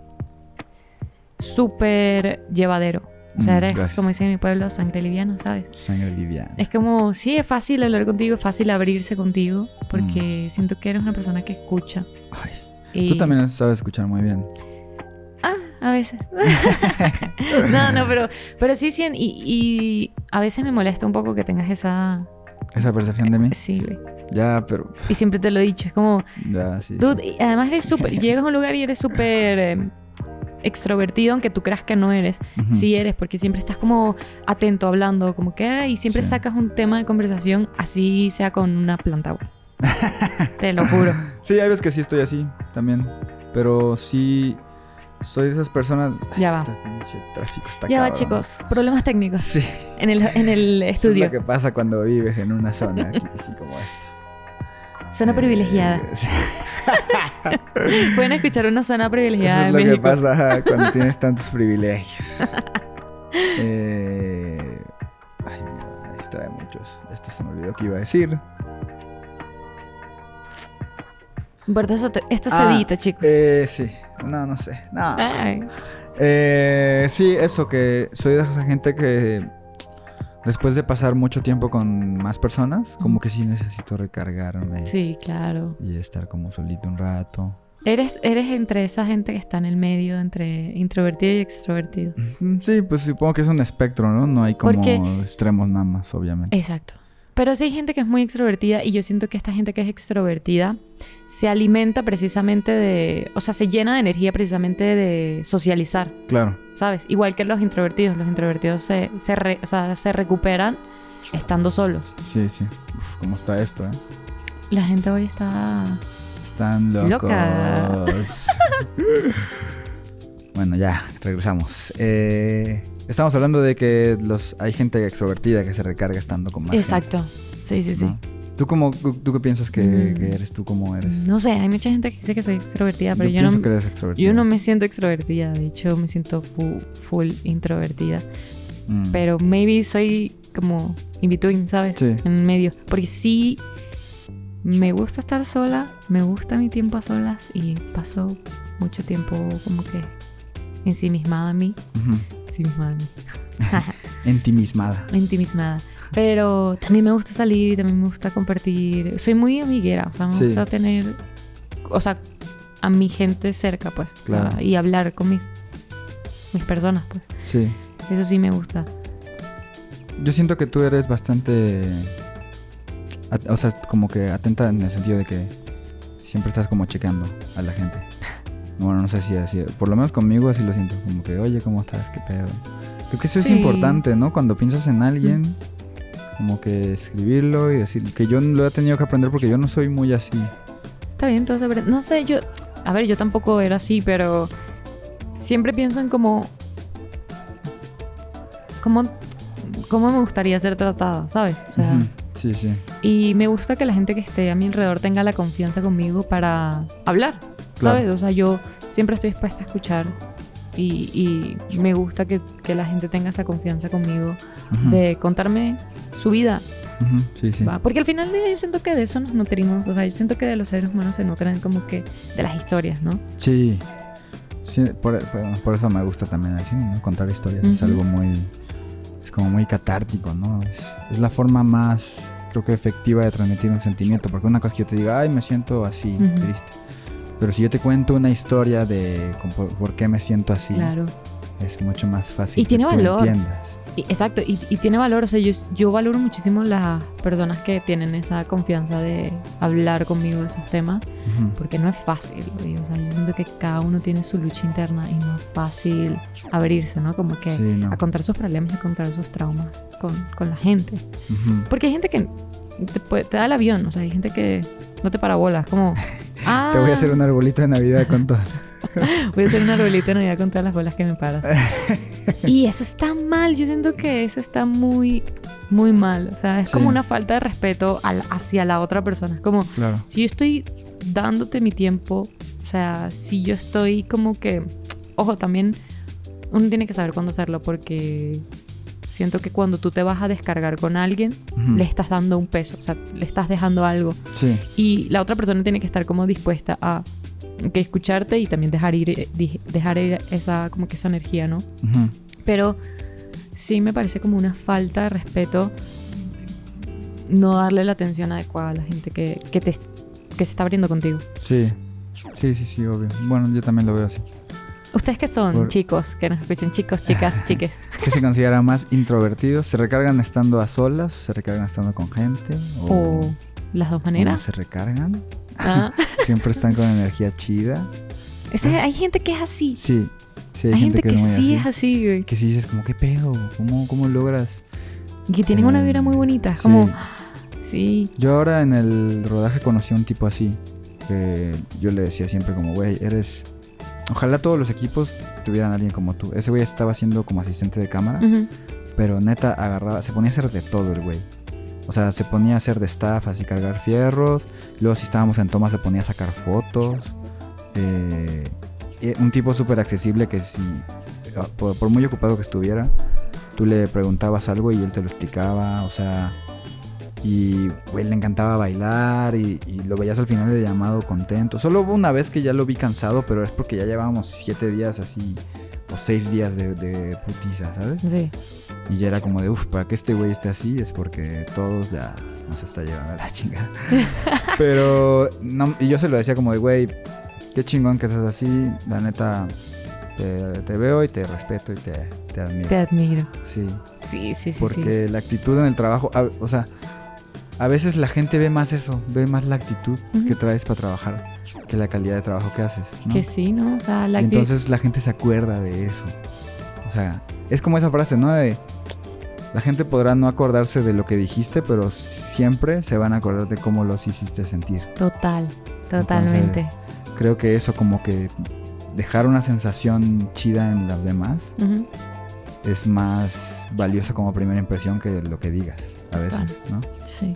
[SPEAKER 1] súper llevadero. O sea,
[SPEAKER 2] Mm,
[SPEAKER 1] eres,
[SPEAKER 2] gracias.
[SPEAKER 1] como dicen en mi pueblo, sangre liviana, ¿sabes?
[SPEAKER 2] Sangre liviana.
[SPEAKER 1] Es como, sí, es fácil hablar contigo, es fácil abrirse contigo, porque siento que eres una persona que escucha.
[SPEAKER 2] Ay,
[SPEAKER 1] Y...
[SPEAKER 2] Mm. Tú también sabes escuchar muy bien.
[SPEAKER 1] Ah, a veces. no, no, pero, pero sí, sí, y, y a veces me molesta un poco que tengas esa...
[SPEAKER 2] Esa percepción de mí.
[SPEAKER 1] Sí, güey.
[SPEAKER 2] Ya, pero. pues,
[SPEAKER 1] Y siempre te lo he dicho, es como,
[SPEAKER 2] Ya, sí.
[SPEAKER 1] dude,
[SPEAKER 2] sí.
[SPEAKER 1] y además eres súper, llegas a un lugar y eres súper eh, extrovertido, aunque tú creas que no eres.
[SPEAKER 2] Ujú.
[SPEAKER 1] Sí eres, porque siempre estás como atento hablando, como que, ah, y siempre
[SPEAKER 2] Sí.
[SPEAKER 1] sacas un tema de conversación, así sea con una planta, güey. te lo juro.
[SPEAKER 2] Sí, hay veces que sí estoy así también. Pero sí. Soy de esas personas. Ay,
[SPEAKER 1] Ya va.
[SPEAKER 2] puta, pinche tráfico está
[SPEAKER 1] ya va,
[SPEAKER 2] cabrón.
[SPEAKER 1] chicos, problemas técnicos
[SPEAKER 2] Sí.
[SPEAKER 1] en el, en el
[SPEAKER 2] Eso es
[SPEAKER 1] estudio.
[SPEAKER 2] lo que pasa cuando vives en una zona aquí, así como esta.
[SPEAKER 1] Zona
[SPEAKER 2] Eh,
[SPEAKER 1] privilegiada.
[SPEAKER 2] sí.
[SPEAKER 1] Pueden escuchar una zona privilegiada
[SPEAKER 2] Eso es
[SPEAKER 1] en
[SPEAKER 2] lo
[SPEAKER 1] México.
[SPEAKER 2] que pasa ajá, cuando tienes tantos privilegios. Eh, ay, mierda, me distrae muchos. Esto se me olvidó que iba a decir.
[SPEAKER 1] Bueno, eso te- esto
[SPEAKER 2] Ah,
[SPEAKER 1] se edita, chicos.
[SPEAKER 2] Eh, sí. No, no sé. No.
[SPEAKER 1] Ay.
[SPEAKER 2] Eh, sí, eso, que soy de esa gente que después de pasar mucho tiempo con más personas, como que sí necesito recargarme
[SPEAKER 1] Sí, claro.
[SPEAKER 2] y estar como solito un rato.
[SPEAKER 1] Eres, eres entre esa gente que está en el medio, entre introvertido y extrovertido.
[SPEAKER 2] Mm, Sí, pues supongo que es un espectro, ¿no? No hay como
[SPEAKER 1] Porque- Eh.
[SPEAKER 2] extremos nada más, obviamente.
[SPEAKER 1] Exacto. Pero sí hay gente que es muy extrovertida y yo siento que esta gente que es extrovertida se alimenta precisamente de, o sea, se llena de energía precisamente de socializar,
[SPEAKER 2] Claro.
[SPEAKER 1] ¿sabes? Igual que los introvertidos. Los introvertidos se, se, re- o sea, se recuperan estando solos.
[SPEAKER 2] Sí, sí. Uf, ¿cómo está esto, eh?
[SPEAKER 1] La gente hoy está...
[SPEAKER 2] Están locos.
[SPEAKER 1] Loca.
[SPEAKER 2] bueno, ya, regresamos. Eh, estamos hablando de que los hay gente extrovertida que se recarga estando con más gente,
[SPEAKER 1] Exacto. Sí, sí, sí.
[SPEAKER 2] ¿no? ¿Tú, cómo, tú, tú qué piensas que,
[SPEAKER 1] Mm.
[SPEAKER 2] que eres? ¿Tú cómo eres?
[SPEAKER 1] No sé, hay mucha gente que dice que soy extrovertida, pero
[SPEAKER 2] yo,
[SPEAKER 1] yo,
[SPEAKER 2] pienso
[SPEAKER 1] no,
[SPEAKER 2] que eres extrovertida.
[SPEAKER 1] yo no me siento extrovertida. De hecho, me siento fu- full, introvertida.
[SPEAKER 2] Mm.
[SPEAKER 1] Pero maybe soy como in between, ¿sabes?
[SPEAKER 2] Sí.
[SPEAKER 1] En medio. Porque sí me gusta estar sola, me gusta mi tiempo a solas y paso mucho tiempo como que ensimismada a mí.
[SPEAKER 2] Ujú.
[SPEAKER 1] Ensimismada a mí.
[SPEAKER 2] Entimismada.
[SPEAKER 1] Intimismada. Pero también me gusta salir y también me gusta compartir. Soy muy amiguera, o sea, me
[SPEAKER 2] Sí.
[SPEAKER 1] gusta tener, o sea, a mi gente cerca, pues,
[SPEAKER 2] Claro.
[SPEAKER 1] a- y hablar con mis, mis personas, pues.
[SPEAKER 2] Sí.
[SPEAKER 1] Eso sí me gusta.
[SPEAKER 2] Yo siento que tú eres bastante... at- O sea, como que atenta en el sentido de que siempre estás como chequeando a la gente. Bueno, no sé si así... Por lo menos conmigo así lo siento. Como que, oye, ¿cómo estás? ¿Qué pedo? Creo que eso es
[SPEAKER 1] Sí.
[SPEAKER 2] importante, ¿no? Cuando piensas en alguien, como que escribirlo y decir... Que yo lo he tenido que aprender porque yo no soy muy así.
[SPEAKER 1] Está bien, entonces, pero no sé, yo, a ver, yo tampoco era así, pero siempre pienso en cómo, cómo, cómo me gustaría ser tratada, ¿sabes? O sea,
[SPEAKER 2] Ujú. Sí, sí.
[SPEAKER 1] Y me gusta que la gente que esté a mi alrededor tenga la confianza conmigo para hablar,
[SPEAKER 2] Claro.
[SPEAKER 1] ¿sabes? O sea, yo siempre estoy dispuesta a escuchar y, y me gusta que, que la gente tenga esa confianza conmigo
[SPEAKER 2] Ujú.
[SPEAKER 1] de contarme su vida.
[SPEAKER 2] Ujú, Sí, sí.
[SPEAKER 1] ¿va? Porque al final del día yo siento que de eso nos nutrimos, o sea, yo siento que de los seres humanos se nutren como que de las historias, ¿no?
[SPEAKER 2] Sí. Sí, por, por- por eso me gusta también el cine, ¿no? Contar historias es
[SPEAKER 1] Ujú.
[SPEAKER 2] algo muy, como muy catártico, ¿no? Es, es la forma más, creo que efectiva de transmitir un sentimiento, porque una cosa es que yo te diga, ay, me siento así,
[SPEAKER 1] Ujú.
[SPEAKER 2] triste. Pero si yo te cuento una historia de con- por, por qué me siento así,
[SPEAKER 1] Claro.
[SPEAKER 2] es mucho más fácil
[SPEAKER 1] Y tiene
[SPEAKER 2] que tú
[SPEAKER 1] valor.
[SPEAKER 2] entiendas.
[SPEAKER 1] Y- exacto, y, y tiene valor. O sea, yo, yo valoro muchísimo las personas que tienen esa confianza de hablar conmigo de esos temas,
[SPEAKER 2] Ujú.
[SPEAKER 1] porque no es fácil. güey. O sea, yo siento que cada uno tiene su lucha interna y no es fácil abrirse, ¿no? Como que
[SPEAKER 2] Sí, no.
[SPEAKER 1] a contar sus problemas y a contar sus traumas con, con la gente.
[SPEAKER 2] Ujú.
[SPEAKER 1] Porque hay gente que te, puede- te da el avión, o sea, hay gente que no te para bolas, como... Ah,
[SPEAKER 2] Te voy a hacer un arbolito de Navidad con todo.
[SPEAKER 1] Voy a hacer un arbolito de Navidad con todas las bolas que me paras. y eso está mal. Yo siento que eso está muy, muy mal. O sea, es
[SPEAKER 2] Sí.
[SPEAKER 1] como una falta de respeto al- hacia la otra persona. Es como,
[SPEAKER 2] Claro.
[SPEAKER 1] si yo estoy dándote mi tiempo, o sea, si yo estoy como que. Ojo, también uno tiene que saber cuándo hacerlo porque siento que cuando tú te vas a descargar con alguien,
[SPEAKER 2] Ujú.
[SPEAKER 1] le estás dando un peso, o sea, le estás dejando algo.
[SPEAKER 2] Sí,
[SPEAKER 1] Y la otra persona tiene que estar como dispuesta a que escucharte y también dejar ir, eh, dij- dejar ir esa, como que esa energía, ¿no?
[SPEAKER 2] Ujú.
[SPEAKER 1] Pero sí me parece como una falta de respeto no darle la atención adecuada a la gente que, que, te, que se está abriendo contigo.
[SPEAKER 2] sí. Sí, sí, sí, obvio. Bueno, yo también lo veo así.
[SPEAKER 1] ¿Ustedes qué son,
[SPEAKER 2] Por-
[SPEAKER 1] chicos? Que nos escuchen, chicos, chicas, chiques.
[SPEAKER 2] ¿Qué se considera más introvertidos? ¿Se recargan estando a solas? ¿Se recargan estando con gente? Oh.
[SPEAKER 1] O las dos
[SPEAKER 2] o no
[SPEAKER 1] maneras.
[SPEAKER 2] se recargan?
[SPEAKER 1] Ah,
[SPEAKER 2] ¿Siempre están con energía chida?
[SPEAKER 1] ese- hay gente que es así.
[SPEAKER 2] Ah. Sí, sí, hay,
[SPEAKER 1] Hay, gente, que,
[SPEAKER 2] es muy
[SPEAKER 1] sí
[SPEAKER 2] así.
[SPEAKER 1] es así, güey.
[SPEAKER 2] Que si dices como, ¿qué pedo? ¿Cómo, cómo logras?
[SPEAKER 1] Y que tienen una vibra muy bonita. Es
[SPEAKER 2] Eh, Sí.
[SPEAKER 1] como, sí,
[SPEAKER 2] Yo ahora en el rodaje conocí a un tipo así. Que yo le decía siempre como, güey, eres... Ojalá todos los equipos tuvieran a alguien como tú. Ese güey estaba siendo como asistente de cámara.
[SPEAKER 1] ujú,
[SPEAKER 2] Pero neta, agarraba, se ponía a hacer de todo el güey. O sea, se ponía a hacer de staff, así cargar fierros. Luego, si estábamos en tomas, se ponía a sacar fotos. Eh, eh, un tipo súper accesible que si, por, por muy ocupado que estuviera, tú le preguntabas algo y él te lo explicaba. O sea, y güey, le encantaba bailar y, y lo veías al final del llamado contento. Solo hubo una vez que ya lo vi cansado, pero es porque ya llevábamos siete días así, o seis días de, de putiza, ¿sabes?
[SPEAKER 1] sí.
[SPEAKER 2] Y ya era como de, uff, para que este güey esté así es porque todos ya nos está llevando a la chingada. Pero, no, y yo se lo decía como de, güey, qué chingón que estás así, la neta, te, te veo y te respeto y te, te admiro.
[SPEAKER 1] Te admiro.
[SPEAKER 2] Sí,
[SPEAKER 1] Sí, sí, sí. sí.
[SPEAKER 2] porque la actitud en el trabajo, a- o sea, a veces la gente ve más eso, ve más la actitud
[SPEAKER 1] Ujú.
[SPEAKER 2] que traes para trabajar que la calidad de trabajo que haces. ¿no?
[SPEAKER 1] Que sí, ¿no? O sea, la
[SPEAKER 2] Y
[SPEAKER 1] actitud.
[SPEAKER 2] entonces la gente se acuerda de eso. O sea, es como esa frase, ¿no? De la gente podrá no acordarse de lo que dijiste, pero siempre se van a acordar de cómo los hiciste sentir.
[SPEAKER 1] Total, totalmente.
[SPEAKER 2] Creo que eso como que dejar una sensación chida en los demás
[SPEAKER 1] Ujú.
[SPEAKER 2] es más valiosa como primera impresión que lo que digas a veces, ¿no?
[SPEAKER 1] Sí.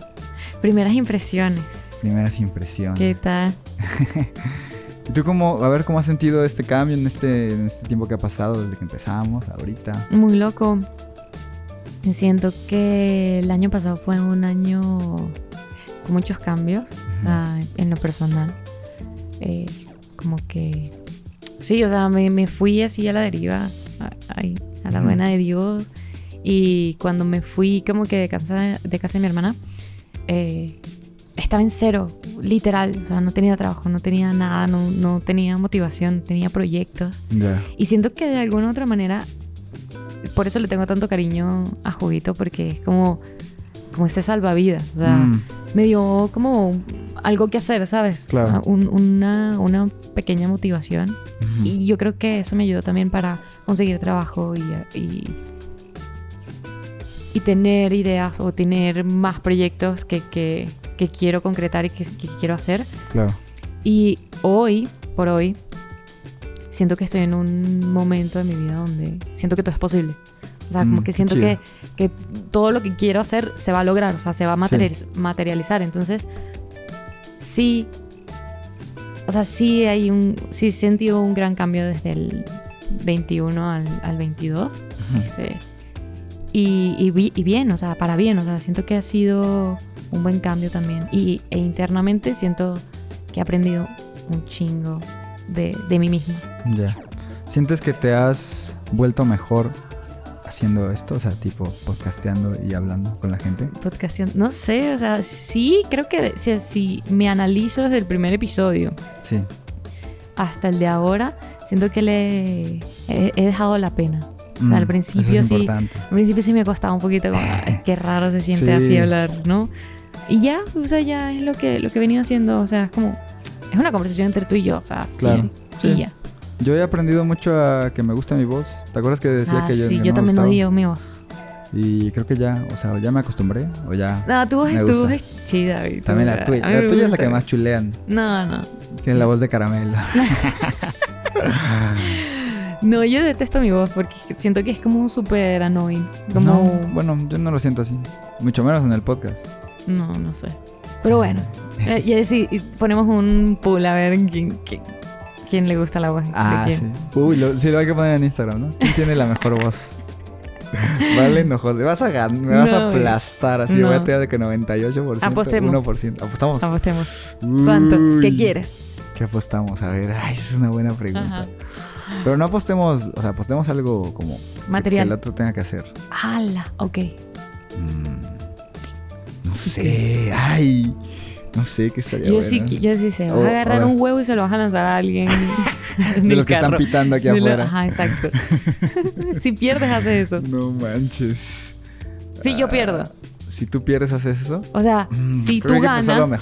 [SPEAKER 1] Primeras impresiones.
[SPEAKER 2] Primeras impresiones.
[SPEAKER 1] ¿Qué tal?
[SPEAKER 2] ¿Y tú cómo, a ver, cómo has sentido este cambio en este, en este tiempo que ha pasado desde que empezamos, ahorita?
[SPEAKER 1] Muy loco. Siento que el año pasado fue un año con muchos cambios ah, en lo personal. Eh, como que. Sí, o sea, me, me fui así a la deriva, a, ay, a la
[SPEAKER 2] Ujú.
[SPEAKER 1] buena de Dios. Y cuando me fui como que de casa de, casa de mi hermana, eh, estaba en cero, literal. O sea, no tenía trabajo, no tenía nada, no, no tenía motivación, no tenía proyectos.
[SPEAKER 2] Ya.
[SPEAKER 1] Y siento que de alguna u otra manera, por eso le tengo tanto cariño a Juguito, porque es como, como ese salvavidas. O sea,
[SPEAKER 2] Mm,
[SPEAKER 1] me dio como algo que hacer, ¿sabes?
[SPEAKER 2] Claro.
[SPEAKER 1] Un- una, una pequeña motivación.
[SPEAKER 2] ujú.
[SPEAKER 1] Y yo creo que eso me ayudó también para conseguir trabajo y, y, y tener ideas o tener más proyectos que, que, que quiero concretar y que, que quiero hacer.
[SPEAKER 2] Claro.
[SPEAKER 1] Y hoy, por hoy, siento que estoy en un momento de mi vida donde siento que todo es posible. O sea,
[SPEAKER 2] Mm,
[SPEAKER 1] como
[SPEAKER 2] qué
[SPEAKER 1] que siento
[SPEAKER 2] chido.
[SPEAKER 1] que, que todo lo que quiero hacer se va a lograr, o sea, se va a materi- materializar. Entonces, sí, o sea, sí hay un, sí he sentido un gran cambio desde el 21 al, al 22.
[SPEAKER 2] Ujú.
[SPEAKER 1] este, y, y bi- y bien, o sea, para bien, o sea, siento que ha sido un buen cambio también. Y, e internamente siento que he aprendido un chingo de, de mí misma.
[SPEAKER 2] Ya. ¿Sientes que te has vuelto mejor haciendo esto? O sea, tipo podcasteando y hablando con la gente.
[SPEAKER 1] Podcasteando. No sé, o sea, sí, creo que si, si me analizo desde el primer episodio
[SPEAKER 2] Sí.
[SPEAKER 1] hasta el de ahora, siento que le he, he dejado la pena. O sea,
[SPEAKER 2] Mm,
[SPEAKER 1] al principio
[SPEAKER 2] eso es
[SPEAKER 1] sí.
[SPEAKER 2] importante.
[SPEAKER 1] Al principio sí me costaba un poquito, como, "Ay, qué raro se siente
[SPEAKER 2] Sí.
[SPEAKER 1] así hablar, ¿no? Y ya, o sea, ya es lo que, lo que he venido haciendo, o sea, es como, es una conversación entre tú y yo, o sea, sí,
[SPEAKER 2] Claro, sí.
[SPEAKER 1] y ya.
[SPEAKER 2] Yo he aprendido mucho a que me gusta mi voz. ¿Te acuerdas que decía
[SPEAKER 1] Ah,
[SPEAKER 2] que yo,
[SPEAKER 1] sí,
[SPEAKER 2] que
[SPEAKER 1] yo
[SPEAKER 2] no me
[SPEAKER 1] también
[SPEAKER 2] gustaba?
[SPEAKER 1] odio mi voz.
[SPEAKER 2] Y creo que ya, o sea, o ya me acostumbré o ya.
[SPEAKER 1] No, tu voz,
[SPEAKER 2] Me
[SPEAKER 1] tu
[SPEAKER 2] gusta.
[SPEAKER 1] voz es chida, güey, tu-
[SPEAKER 2] También la
[SPEAKER 1] Ah, a
[SPEAKER 2] tuya.
[SPEAKER 1] mí
[SPEAKER 2] La
[SPEAKER 1] me
[SPEAKER 2] tuya es la
[SPEAKER 1] gusta.
[SPEAKER 2] que más chulean.
[SPEAKER 1] No, no.
[SPEAKER 2] Tiene la voz de caramelo.
[SPEAKER 1] No, yo detesto mi voz porque siento que es como súper annoying. Como,
[SPEAKER 2] No, bueno, yo no lo siento así. Mucho menos en el podcast.
[SPEAKER 1] no, no, sé. Pero bueno, eh, y ahí sí, y ponemos un pool a ver quién, quién, quién le gusta la voz. de
[SPEAKER 2] Ah,
[SPEAKER 1] quién.
[SPEAKER 2] sí. Uy, lo, sí, lo hay que poner en Instagram, ¿no? ¿Quién tiene la mejor voz? Vale, no joder. Vas a gan- me vas
[SPEAKER 1] No,
[SPEAKER 2] a aplastar así.
[SPEAKER 1] no.
[SPEAKER 2] Voy a tirar de que 98%.
[SPEAKER 1] Apostemos.
[SPEAKER 2] 1%. ¿Apostamos?
[SPEAKER 1] Apostemos. ¿Cuánto? ¿Qué
[SPEAKER 2] Uy,
[SPEAKER 1] quieres?
[SPEAKER 2] ¿Qué apostamos? A ver, ay, es una buena pregunta.
[SPEAKER 1] Ajá.
[SPEAKER 2] Pero no apostemos, o sea, apostemos algo como que- que el
[SPEAKER 1] Material.
[SPEAKER 2] otro tenga que hacer.
[SPEAKER 1] ¡Hala! Ok.
[SPEAKER 2] Mm, no sé, ay, no sé qué estaría
[SPEAKER 1] Yo
[SPEAKER 2] bueno. ¿eh?
[SPEAKER 1] sí, qui- yo sí sé. Vas
[SPEAKER 2] O-
[SPEAKER 1] a
[SPEAKER 2] a
[SPEAKER 1] agarrar
[SPEAKER 2] ver.
[SPEAKER 1] un huevo y se lo vas a lanzar a alguien. en
[SPEAKER 2] De
[SPEAKER 1] el
[SPEAKER 2] los que están
[SPEAKER 1] carro.
[SPEAKER 2] pitando aquí
[SPEAKER 1] De lo-
[SPEAKER 2] afuera.
[SPEAKER 1] Ajá, exacto. si pierdes, haces eso.
[SPEAKER 2] No manches.
[SPEAKER 1] Si yo
[SPEAKER 2] Ah,
[SPEAKER 1] pierdo.
[SPEAKER 2] Si tú pierdes, haces eso.
[SPEAKER 1] O sea,
[SPEAKER 2] Mm,
[SPEAKER 1] si
[SPEAKER 2] creo
[SPEAKER 1] tú
[SPEAKER 2] que hay que empezar lo
[SPEAKER 1] ganas.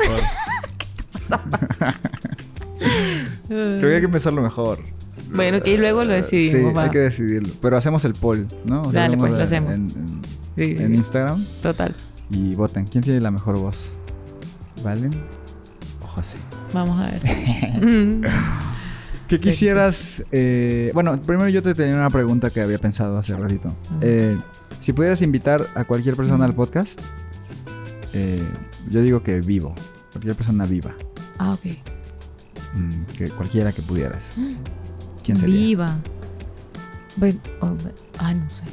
[SPEAKER 2] mejor. Creo que hay que empezar lo mejor.
[SPEAKER 1] eh, Bueno, que luego lo decidimos.
[SPEAKER 2] Sí,
[SPEAKER 1] va.
[SPEAKER 2] hay que decidirlo. Pero hacemos el poll, ¿no? O
[SPEAKER 1] Dale, pues, lo
[SPEAKER 2] en-
[SPEAKER 1] hacemos.
[SPEAKER 2] En,
[SPEAKER 1] Sí,
[SPEAKER 2] en-
[SPEAKER 1] sí,
[SPEAKER 2] en
[SPEAKER 1] sí,
[SPEAKER 2] Instagram
[SPEAKER 1] Total.
[SPEAKER 2] y voten. ¿Quién tiene la mejor voz? ¿Valen o José?
[SPEAKER 1] Vamos a ver. Mm.
[SPEAKER 2] ¿Qué quisieras? eh, bueno, primero yo te tenía una pregunta que había pensado hace ratito.
[SPEAKER 1] Ajá.
[SPEAKER 2] Eh, si pudieras invitar a cualquier persona al podcast, eh, yo digo que vivo, cualquier persona viva,
[SPEAKER 1] ah, ok.
[SPEAKER 2] mm, que cualquiera que pudieras. ¿Quién sería?
[SPEAKER 1] Viva. Bueno, oh, bueno, ay, no sé.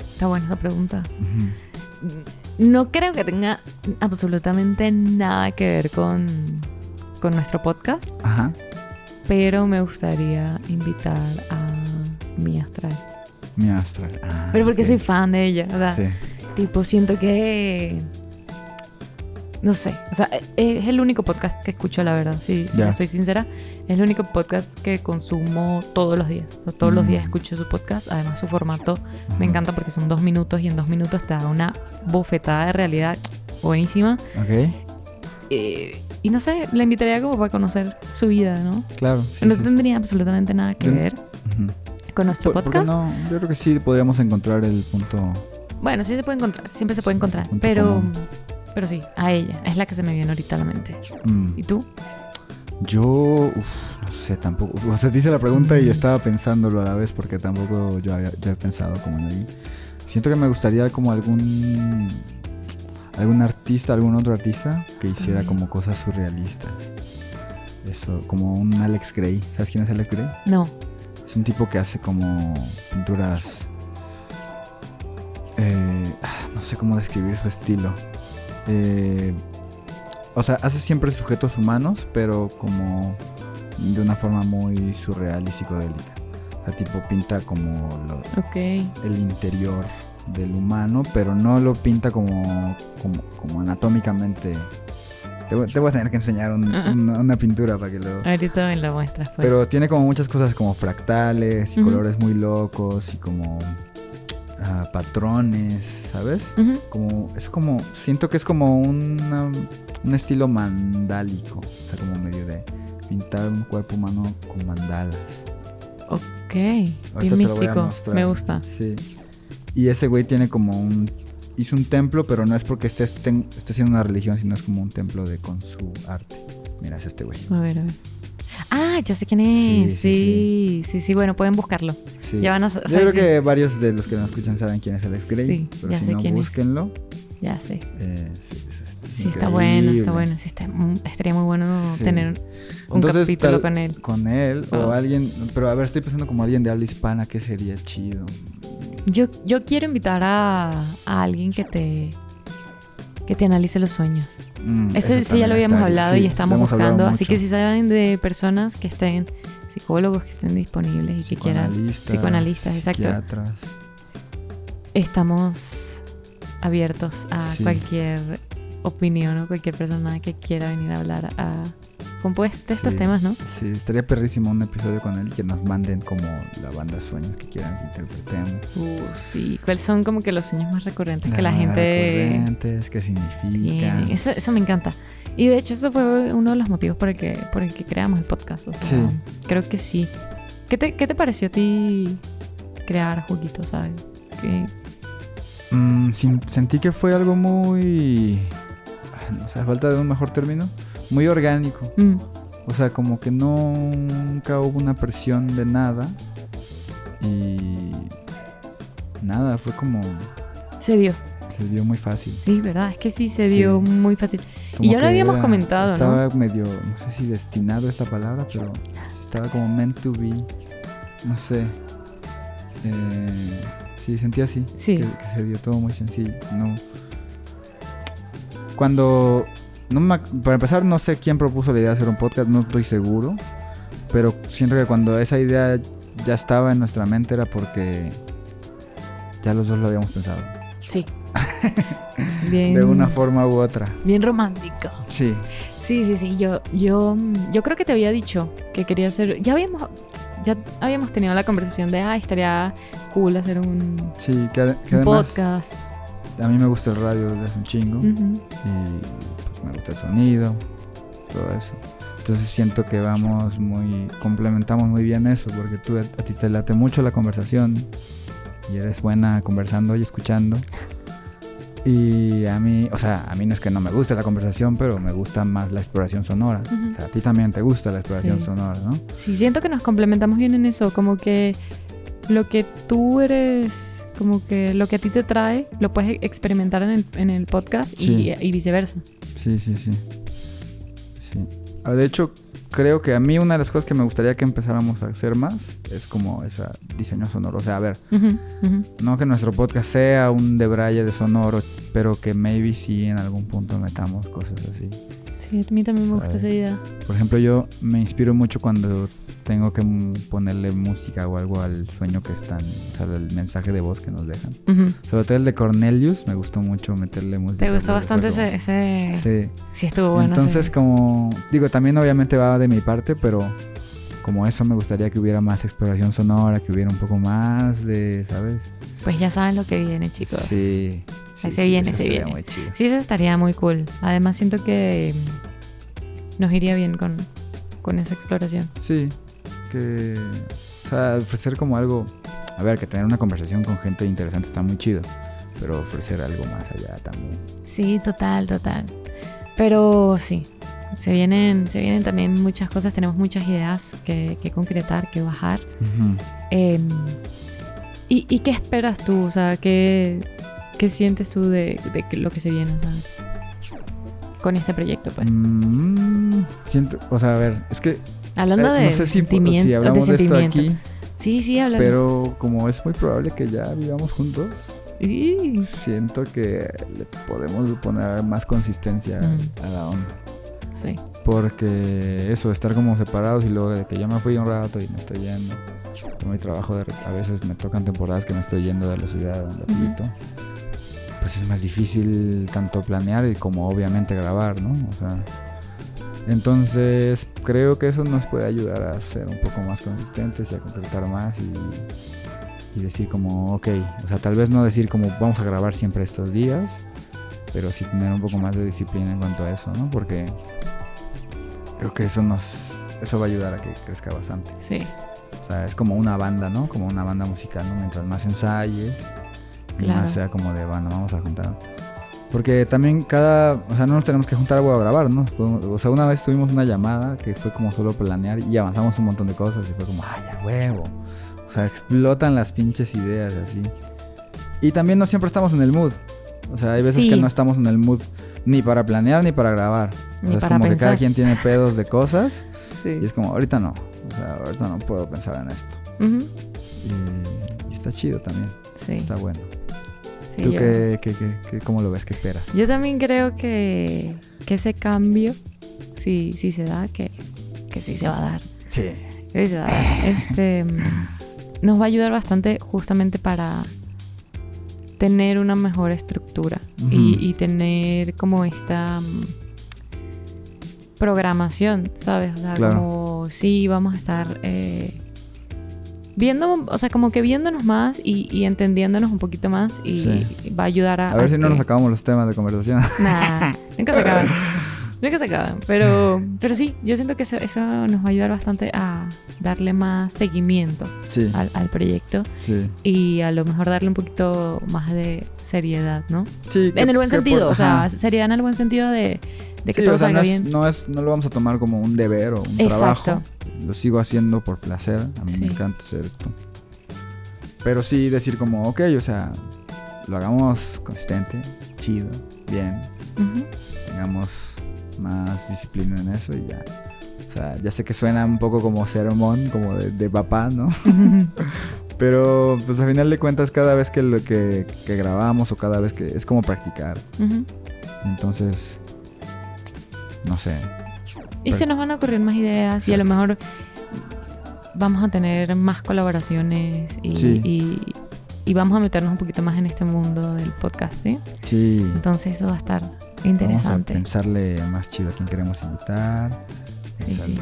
[SPEAKER 1] Está buena esa pregunta.
[SPEAKER 2] Ujú.
[SPEAKER 1] No creo que tenga absolutamente nada que ver con, con nuestro podcast,
[SPEAKER 2] Ajá.
[SPEAKER 1] pero me gustaría invitar a mi astral.
[SPEAKER 2] Mi astral. Ah,
[SPEAKER 1] Pero porque
[SPEAKER 2] ok.
[SPEAKER 1] soy fan de ella, o sea,
[SPEAKER 2] Sí.
[SPEAKER 1] tipo, siento que... No sé, o sea, e- es el único podcast que escucho, la verdad, si, si
[SPEAKER 2] Ya.
[SPEAKER 1] le soy sincera. Es el único podcast que consumo todos los días. O sea, todos los días
[SPEAKER 2] Mm.
[SPEAKER 1] escucho su podcast, además su formato
[SPEAKER 2] Ujú.
[SPEAKER 1] me encanta porque son dos minutos y en dos minutos te da una bofetada de realidad buenísima.
[SPEAKER 2] Ok,
[SPEAKER 1] Eh, y no sé, la invitaría como para conocer su vida, ¿no?
[SPEAKER 2] claro. sí,
[SPEAKER 1] no
[SPEAKER 2] sí, sí.
[SPEAKER 1] tendría absolutamente nada que
[SPEAKER 2] Yo-
[SPEAKER 1] ver
[SPEAKER 2] Ujú.
[SPEAKER 1] con nuestro
[SPEAKER 2] ¿Por- por qué
[SPEAKER 1] podcast.
[SPEAKER 2] no? Yo creo que sí podríamos encontrar el punto.
[SPEAKER 1] Bueno, sí se puede encontrar, siempre se puede
[SPEAKER 2] Sí,
[SPEAKER 1] encontrar.
[SPEAKER 2] punto
[SPEAKER 1] Pero,
[SPEAKER 2] común.
[SPEAKER 1] pero sí, a ella, es la que se me viene ahorita a la mente.
[SPEAKER 2] mm,
[SPEAKER 1] ¿Y tú?
[SPEAKER 2] Yo, uf, no sé tampoco. O sea, te hice la pregunta
[SPEAKER 1] Mm.
[SPEAKER 2] y estaba pensándolo a la vez porque tampoco yo, había, yo he pensado como en alguien. Siento que me gustaría como algún algún artista, algún otro artista que hiciera
[SPEAKER 1] Ujú.
[SPEAKER 2] como cosas surrealistas. Eso, como un Alex Gray. ¿Sabes quién es Alex Gray?
[SPEAKER 1] No.
[SPEAKER 2] Es un tipo que hace como pinturas. eh, ah, no sé cómo describir su estilo. Eh, o sea, hace siempre sujetos humanos, pero como de una forma muy surreal y psicodélica. O sea, tipo pinta como lo-
[SPEAKER 1] Ok.
[SPEAKER 2] el interior del humano, pero no lo pinta como, como, como anatómicamente. Te, voy- te voy a tener que enseñar un-
[SPEAKER 1] Ajá.
[SPEAKER 2] una, una pintura para que lo...
[SPEAKER 1] Ahorita me la muestras. Pues.
[SPEAKER 2] Pero tiene como muchas cosas como fractales y
[SPEAKER 1] Ujú.
[SPEAKER 2] colores muy locos y como ah, patrones, ¿sabes?
[SPEAKER 1] Ujú.
[SPEAKER 2] Como, es como, siento que es como una- un estilo mandálico, o sea, como medio de pintar un cuerpo humano con mandalas.
[SPEAKER 1] Ok. Bien
[SPEAKER 2] Ahorita te lo voy a
[SPEAKER 1] místico.
[SPEAKER 2] mostrar.
[SPEAKER 1] Me gusta.
[SPEAKER 2] Sí. Y ese güey tiene como un, hizo un templo, pero no es porque esté, esté, esté haciendo una religión, sino es como un templo de con su arte. Mira, es este güey.
[SPEAKER 1] A ver, a ver. Ah, ya sé quién es. Sí, sí,
[SPEAKER 2] Sí, sí,
[SPEAKER 1] sí.
[SPEAKER 2] sí.
[SPEAKER 1] bueno, pueden buscarlo.
[SPEAKER 2] Sí.
[SPEAKER 1] Ya van a o sea,
[SPEAKER 2] Yo creo
[SPEAKER 1] sí,
[SPEAKER 2] que varios de los que nos escuchan saben quién es Alex Gray,
[SPEAKER 1] Sí,
[SPEAKER 2] pero
[SPEAKER 1] ya
[SPEAKER 2] si
[SPEAKER 1] sé
[SPEAKER 2] no,
[SPEAKER 1] quién es.
[SPEAKER 2] búsquenlo.
[SPEAKER 1] Ya sé.
[SPEAKER 2] Eh, sí, es- esto es
[SPEAKER 1] Sí, está bueno,
[SPEAKER 2] increíble.
[SPEAKER 1] está bueno. Sí, está, mm, estaría muy bueno
[SPEAKER 2] Sí.
[SPEAKER 1] tener un
[SPEAKER 2] Entonces,
[SPEAKER 1] capítulo
[SPEAKER 2] tal-
[SPEAKER 1] con él.
[SPEAKER 2] Con él o
[SPEAKER 1] Ah.
[SPEAKER 2] alguien, pero a ver, estoy pensando como alguien de habla hispana que sería chido.
[SPEAKER 1] Yo, yo quiero invitar a, a alguien que te que te analice los sueños.
[SPEAKER 2] Mm,
[SPEAKER 1] Eso, sí ya
[SPEAKER 2] también
[SPEAKER 1] lo habíamos
[SPEAKER 2] estaría-
[SPEAKER 1] hablado
[SPEAKER 2] sí,
[SPEAKER 1] y estamos
[SPEAKER 2] lo hemos hablado
[SPEAKER 1] buscando. Así
[SPEAKER 2] mucho.
[SPEAKER 1] que si saben de personas que estén, psicólogos que estén disponibles y que quieran.
[SPEAKER 2] Psicoanalistas,
[SPEAKER 1] psicoanalistas, exacto.
[SPEAKER 2] psiquiatras.
[SPEAKER 1] Estamos abiertos a
[SPEAKER 2] Sí.
[SPEAKER 1] cualquier opinión o cualquier persona que quiera venir a hablar a, con pues de estos
[SPEAKER 2] Sí,
[SPEAKER 1] temas, ¿no?
[SPEAKER 2] Sí, estaría perrísimo un episodio con él y que nos manden como la banda sueños que quieran que interpretemos.
[SPEAKER 1] Uh, sí. ¿Cuáles son como que los sueños más recurrentes que la
[SPEAKER 2] Las bandas
[SPEAKER 1] gente
[SPEAKER 2] recurrentes, ¿Qué significa?
[SPEAKER 1] tiene? Eso, eso me encanta. Y de hecho, eso fue uno de los motivos por el que, por el que creamos el podcast. o sea,
[SPEAKER 2] Sí.
[SPEAKER 1] Creo que sí. ¿Qué te, qué te pareció a ti crear juguitos, sabes? Que-
[SPEAKER 2] Mm, sin- sentí que fue algo muy... ah, No sé, a falta de un mejor término. Muy orgánico.
[SPEAKER 1] mm,
[SPEAKER 2] O sea, como que no- nunca hubo una presión de nada. Y... Nada, fue como...
[SPEAKER 1] se dio.
[SPEAKER 2] Se dio muy fácil.
[SPEAKER 1] Sí, ¿verdad? Es que sí se dio
[SPEAKER 2] Sí.
[SPEAKER 1] muy fácil.
[SPEAKER 2] Como
[SPEAKER 1] ya lo
[SPEAKER 2] que
[SPEAKER 1] habíamos comentado, ¿no?
[SPEAKER 2] Estaba medio, no sé si destinado es la palabra, pero sí estaba como meant to be. No sé. Eh, sí, sentí así.
[SPEAKER 1] Sí.
[SPEAKER 2] Que, que se dio todo muy sencillo. No. Cuando. No me ac- para empezar, no sé quién propuso la idea de hacer un podcast, no estoy seguro. Pero siento que cuando esa idea ya estaba en nuestra mente era porque ya los dos lo habíamos pensado.
[SPEAKER 1] Sí. Bien,
[SPEAKER 2] De una forma u otra.
[SPEAKER 1] bien romántico.
[SPEAKER 2] Sí.
[SPEAKER 1] Sí, sí, sí. Yo, yo, mm, yo creo que te había dicho que quería hacer. Ya habíamos, ya habíamos tenido la conversación de, ah, estaría cool hacer un,
[SPEAKER 2] Sí, que, ade- que
[SPEAKER 1] un
[SPEAKER 2] además
[SPEAKER 1] podcast.
[SPEAKER 2] a mí me gusta el radio desde hace un chingo
[SPEAKER 1] Ujú.
[SPEAKER 2] y pues, me gusta el sonido, todo eso. Entonces siento que vamos muy, complementamos muy bien eso porque tú a ti te late mucho la conversación y eres buena conversando y escuchando. Y a mí, o sea, a mí no es que no me guste la conversación, pero me gusta más la exploración sonora.
[SPEAKER 1] Ujú.
[SPEAKER 2] O sea, a ti también te gusta la exploración
[SPEAKER 1] Sí.
[SPEAKER 2] sonora, ¿no?
[SPEAKER 1] Sí, siento que nos complementamos bien en eso. Como que lo que tú eres, como que lo que a ti te trae, lo puedes experimentar en el, en el podcast
[SPEAKER 2] Sí.
[SPEAKER 1] y, y viceversa.
[SPEAKER 2] Sí, sí, sí. Sí. Ah, De hecho, creo que a mí una de las cosas que me gustaría que empezáramos a hacer más es como ese diseño sonoro. O sea, a ver,
[SPEAKER 1] Ujú, ujú.
[SPEAKER 2] no que nuestro podcast sea un debraye de sonoro, pero que maybe sí en algún punto metamos cosas así.
[SPEAKER 1] Sí, a mí también me gusta
[SPEAKER 2] Sabe.
[SPEAKER 1] esa idea.
[SPEAKER 2] Por ejemplo, yo me inspiro mucho cuando tengo que mm, ponerle música o algo al sueño que están, o sea, el mensaje de voz que nos dejan.
[SPEAKER 1] Ujú.
[SPEAKER 2] Sobre todo el de Cornelius, me gustó mucho meterle música.
[SPEAKER 1] Te gustó
[SPEAKER 2] al
[SPEAKER 1] bastante ese,
[SPEAKER 2] videojuego.
[SPEAKER 1] ese... eh, Sí.
[SPEAKER 2] Sí.
[SPEAKER 1] estuvo bueno.
[SPEAKER 2] Entonces,
[SPEAKER 1] sí.
[SPEAKER 2] como digo, también obviamente va de mi parte, pero como eso me gustaría que hubiera más exploración sonora, que hubiera un poco más de, ¿sabes?
[SPEAKER 1] Pues ya saben lo que viene, chicos. Sí.
[SPEAKER 2] Sí. sí,
[SPEAKER 1] Ahí se
[SPEAKER 2] sí,
[SPEAKER 1] viene,
[SPEAKER 2] eso
[SPEAKER 1] se
[SPEAKER 2] estaría
[SPEAKER 1] viene.
[SPEAKER 2] muy chido.
[SPEAKER 1] eso estaría muy cool. Además, siento que mm, nos iría bien con, con esa exploración.
[SPEAKER 2] Sí, que o sea, ofrecer como algo, a ver, que tener una conversación con gente interesante está muy chido, pero ofrecer algo más allá también.
[SPEAKER 1] Sí, total, total. Pero sí, se vienen, se vienen también muchas cosas. Tenemos muchas ideas que, que concretar, que bajar. Em, ¿y, y qué esperas tú? O sea, ¿qué, qué sientes tú de, de que- lo que se viene? o sea, con este proyecto, pues.
[SPEAKER 2] Mm, siento, o sea, a ver, es que
[SPEAKER 1] Hablando
[SPEAKER 2] eh,
[SPEAKER 1] de
[SPEAKER 2] no sé si,
[SPEAKER 1] sentimiento,
[SPEAKER 2] si hablamos
[SPEAKER 1] de
[SPEAKER 2] de esto
[SPEAKER 1] sentimiento.
[SPEAKER 2] aquí,
[SPEAKER 1] Sí, sí, hablando.
[SPEAKER 2] pero como es muy probable que ya vivamos juntos,
[SPEAKER 1] Sí.
[SPEAKER 2] Siento que le podemos poner más consistencia
[SPEAKER 1] Mm.
[SPEAKER 2] a la onda.
[SPEAKER 1] Sí.
[SPEAKER 2] Porque eso, estar como separados y luego de que yo me fui un rato y me estoy yendo. Por mi trabajo de re- a veces me tocan temporadas que me estoy yendo de la ciudad un ratito. Pues es más difícil tanto planear y como obviamente grabar, ¿no? O sea. Entonces creo que eso nos puede ayudar a ser un poco más consistentes y a concretar más y y decir como, ok, o sea, tal vez no decir como vamos a grabar siempre estos días, pero sí tener un poco más de disciplina en cuanto a eso, ¿no? Porque creo que eso nos, eso va a ayudar a que crezca bastante.
[SPEAKER 1] Sí.
[SPEAKER 2] O sea, es como una banda, ¿no? Como una banda musical, ¿no? Mientras más ensayes y
[SPEAKER 1] Claro.
[SPEAKER 2] más sea como de, bueno, vamos a juntar. Porque también cada, o sea, no nos tenemos que juntar o a grabar, ¿no? Podemos- O sea, una vez tuvimos una llamada que fue como solo planear y avanzamos un montón de cosas y fue como, ay, a huevo. O sea, explotan las pinches ideas así. Y también no siempre estamos en el mood. O sea, hay veces
[SPEAKER 1] Sí.
[SPEAKER 2] que no estamos en el mood ni para planear ni para grabar. O
[SPEAKER 1] Ni
[SPEAKER 2] sea, es
[SPEAKER 1] para
[SPEAKER 2] como que cada
[SPEAKER 1] pensar.
[SPEAKER 2] quien tiene pedos de cosas y
[SPEAKER 1] Sí.
[SPEAKER 2] es como, ahorita no. O sea, ahorita no puedo pensar en esto.
[SPEAKER 1] Ujú.
[SPEAKER 2] Y, y está chido también.
[SPEAKER 1] Sí.
[SPEAKER 2] Está bueno.
[SPEAKER 1] sí,
[SPEAKER 2] ¿Tú
[SPEAKER 1] yo-
[SPEAKER 2] qué, qué- qué- qué- cómo lo ves? ¿Qué esperas?
[SPEAKER 1] Yo también creo que, que ese cambio, si, si se da, que, que sí se va a dar.
[SPEAKER 2] Sí.
[SPEAKER 1] Sí se va a dar. Este, mm, nos va a ayudar bastante justamente para, tener una mejor estructura
[SPEAKER 2] Ujú.
[SPEAKER 1] y, y tener como esta mm, programación, ¿sabes? O sea,
[SPEAKER 2] Claro.
[SPEAKER 1] como sí, vamos a estar eh, viendo, o sea, como que viéndonos más y, y entendiéndonos un poquito más y,
[SPEAKER 2] Sí.
[SPEAKER 1] va a ayudar a...
[SPEAKER 2] A ver si no
[SPEAKER 1] que-
[SPEAKER 2] nos acabamos los temas de conversación.
[SPEAKER 1] Nah, nunca se acaban. Nunca se acaban. Pero, pero sí, yo siento que eso, eso nos va a ayudar bastante a darle más seguimiento
[SPEAKER 2] sí,
[SPEAKER 1] al, al proyecto
[SPEAKER 2] sí.
[SPEAKER 1] y a lo mejor darle un poquito más de seriedad, ¿no?
[SPEAKER 2] Sí, que-
[SPEAKER 1] En el buen
[SPEAKER 2] que por-
[SPEAKER 1] sentido, o
[SPEAKER 2] ajá.
[SPEAKER 1] sea, seriedad en el buen sentido de, de que
[SPEAKER 2] Sí,
[SPEAKER 1] todo
[SPEAKER 2] o sea,
[SPEAKER 1] salga
[SPEAKER 2] no, es,
[SPEAKER 1] bien.
[SPEAKER 2] no es- no lo vamos a tomar como un deber o un
[SPEAKER 1] Exacto.
[SPEAKER 2] trabajo. Lo sigo haciendo por placer. A mí
[SPEAKER 1] Sí.
[SPEAKER 2] me encanta hacer esto. Pero sí decir como, ok, o sea, lo hagamos consistente, chido, bien.
[SPEAKER 1] Ujú.
[SPEAKER 2] Tengamos más disciplina en eso y ya. O sea, ya sé que suena un poco como sermón, como de, de papá, ¿no? Pero pues al final de cuentas cada vez que lo que, que grabamos o cada vez que... Es como practicar.
[SPEAKER 1] Ujú.
[SPEAKER 2] Entonces... No sé.
[SPEAKER 1] Y se nos van a ocurrir más ideas y a lo
[SPEAKER 2] Exacto.
[SPEAKER 1] mejor vamos a tener más colaboraciones y,
[SPEAKER 2] Sí.
[SPEAKER 1] y- y vamos a meternos un poquito más en este mundo del podcasting.
[SPEAKER 2] Sí.
[SPEAKER 1] Entonces eso va a estar
[SPEAKER 2] Vamos a
[SPEAKER 1] interesante.
[SPEAKER 2] pensarle más chido a quién queremos invitar.
[SPEAKER 1] Sí, sí,
[SPEAKER 2] pensarle-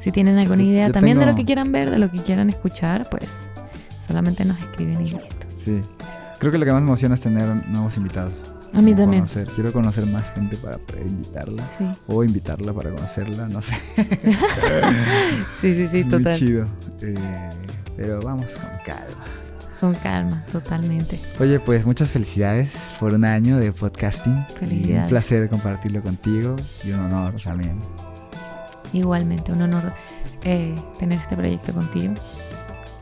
[SPEAKER 1] Si tienen alguna
[SPEAKER 2] Yo-
[SPEAKER 1] idea
[SPEAKER 2] yo
[SPEAKER 1] también de lo
[SPEAKER 2] tengo-
[SPEAKER 1] que quieran ver, de lo que quieran escuchar, pues solamente nos escriben y listo.
[SPEAKER 2] Sí. Creo que lo que más me emociona es tener nuevos invitados.
[SPEAKER 1] A mí
[SPEAKER 2] Como
[SPEAKER 1] también.
[SPEAKER 2] conocer- Quiero conocer más gente para poder invitarla.
[SPEAKER 1] Sí,
[SPEAKER 2] O invitarla para conocerla, no sé.
[SPEAKER 1] sí, sí, sí,
[SPEAKER 2] Muy
[SPEAKER 1] total.
[SPEAKER 2] chido. Eh, pero vamos con calma.
[SPEAKER 1] Con calma, totalmente.
[SPEAKER 2] Oye, pues muchas felicidades por un año de podcasting. Y
[SPEAKER 1] Felicidades.
[SPEAKER 2] un placer compartirlo contigo y un honor también.
[SPEAKER 1] Igualmente, un honor eh, tener este proyecto contigo.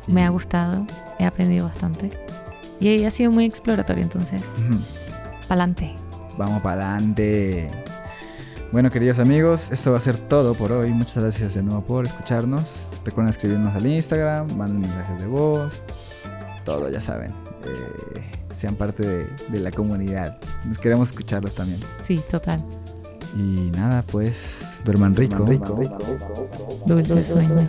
[SPEAKER 1] Me
[SPEAKER 2] Y-
[SPEAKER 1] ha gustado, he aprendido bastante. Y ha sido muy exploratorio, entonces,
[SPEAKER 2] Ujú. Mm.
[SPEAKER 1] pa'lante.
[SPEAKER 2] Vamos para adelante. Bueno, queridos amigos, esto va a ser todo por hoy. Muchas gracias de nuevo por escucharnos. Recuerden escribirnos al Instagram, manden mensajes de voz, todo, ya saben. Eh, sean parte de, de la comunidad. Nos queremos escucharlos también.
[SPEAKER 1] Sí, total.
[SPEAKER 2] Y nada, pues, duerman rico.
[SPEAKER 1] Dulces sueños.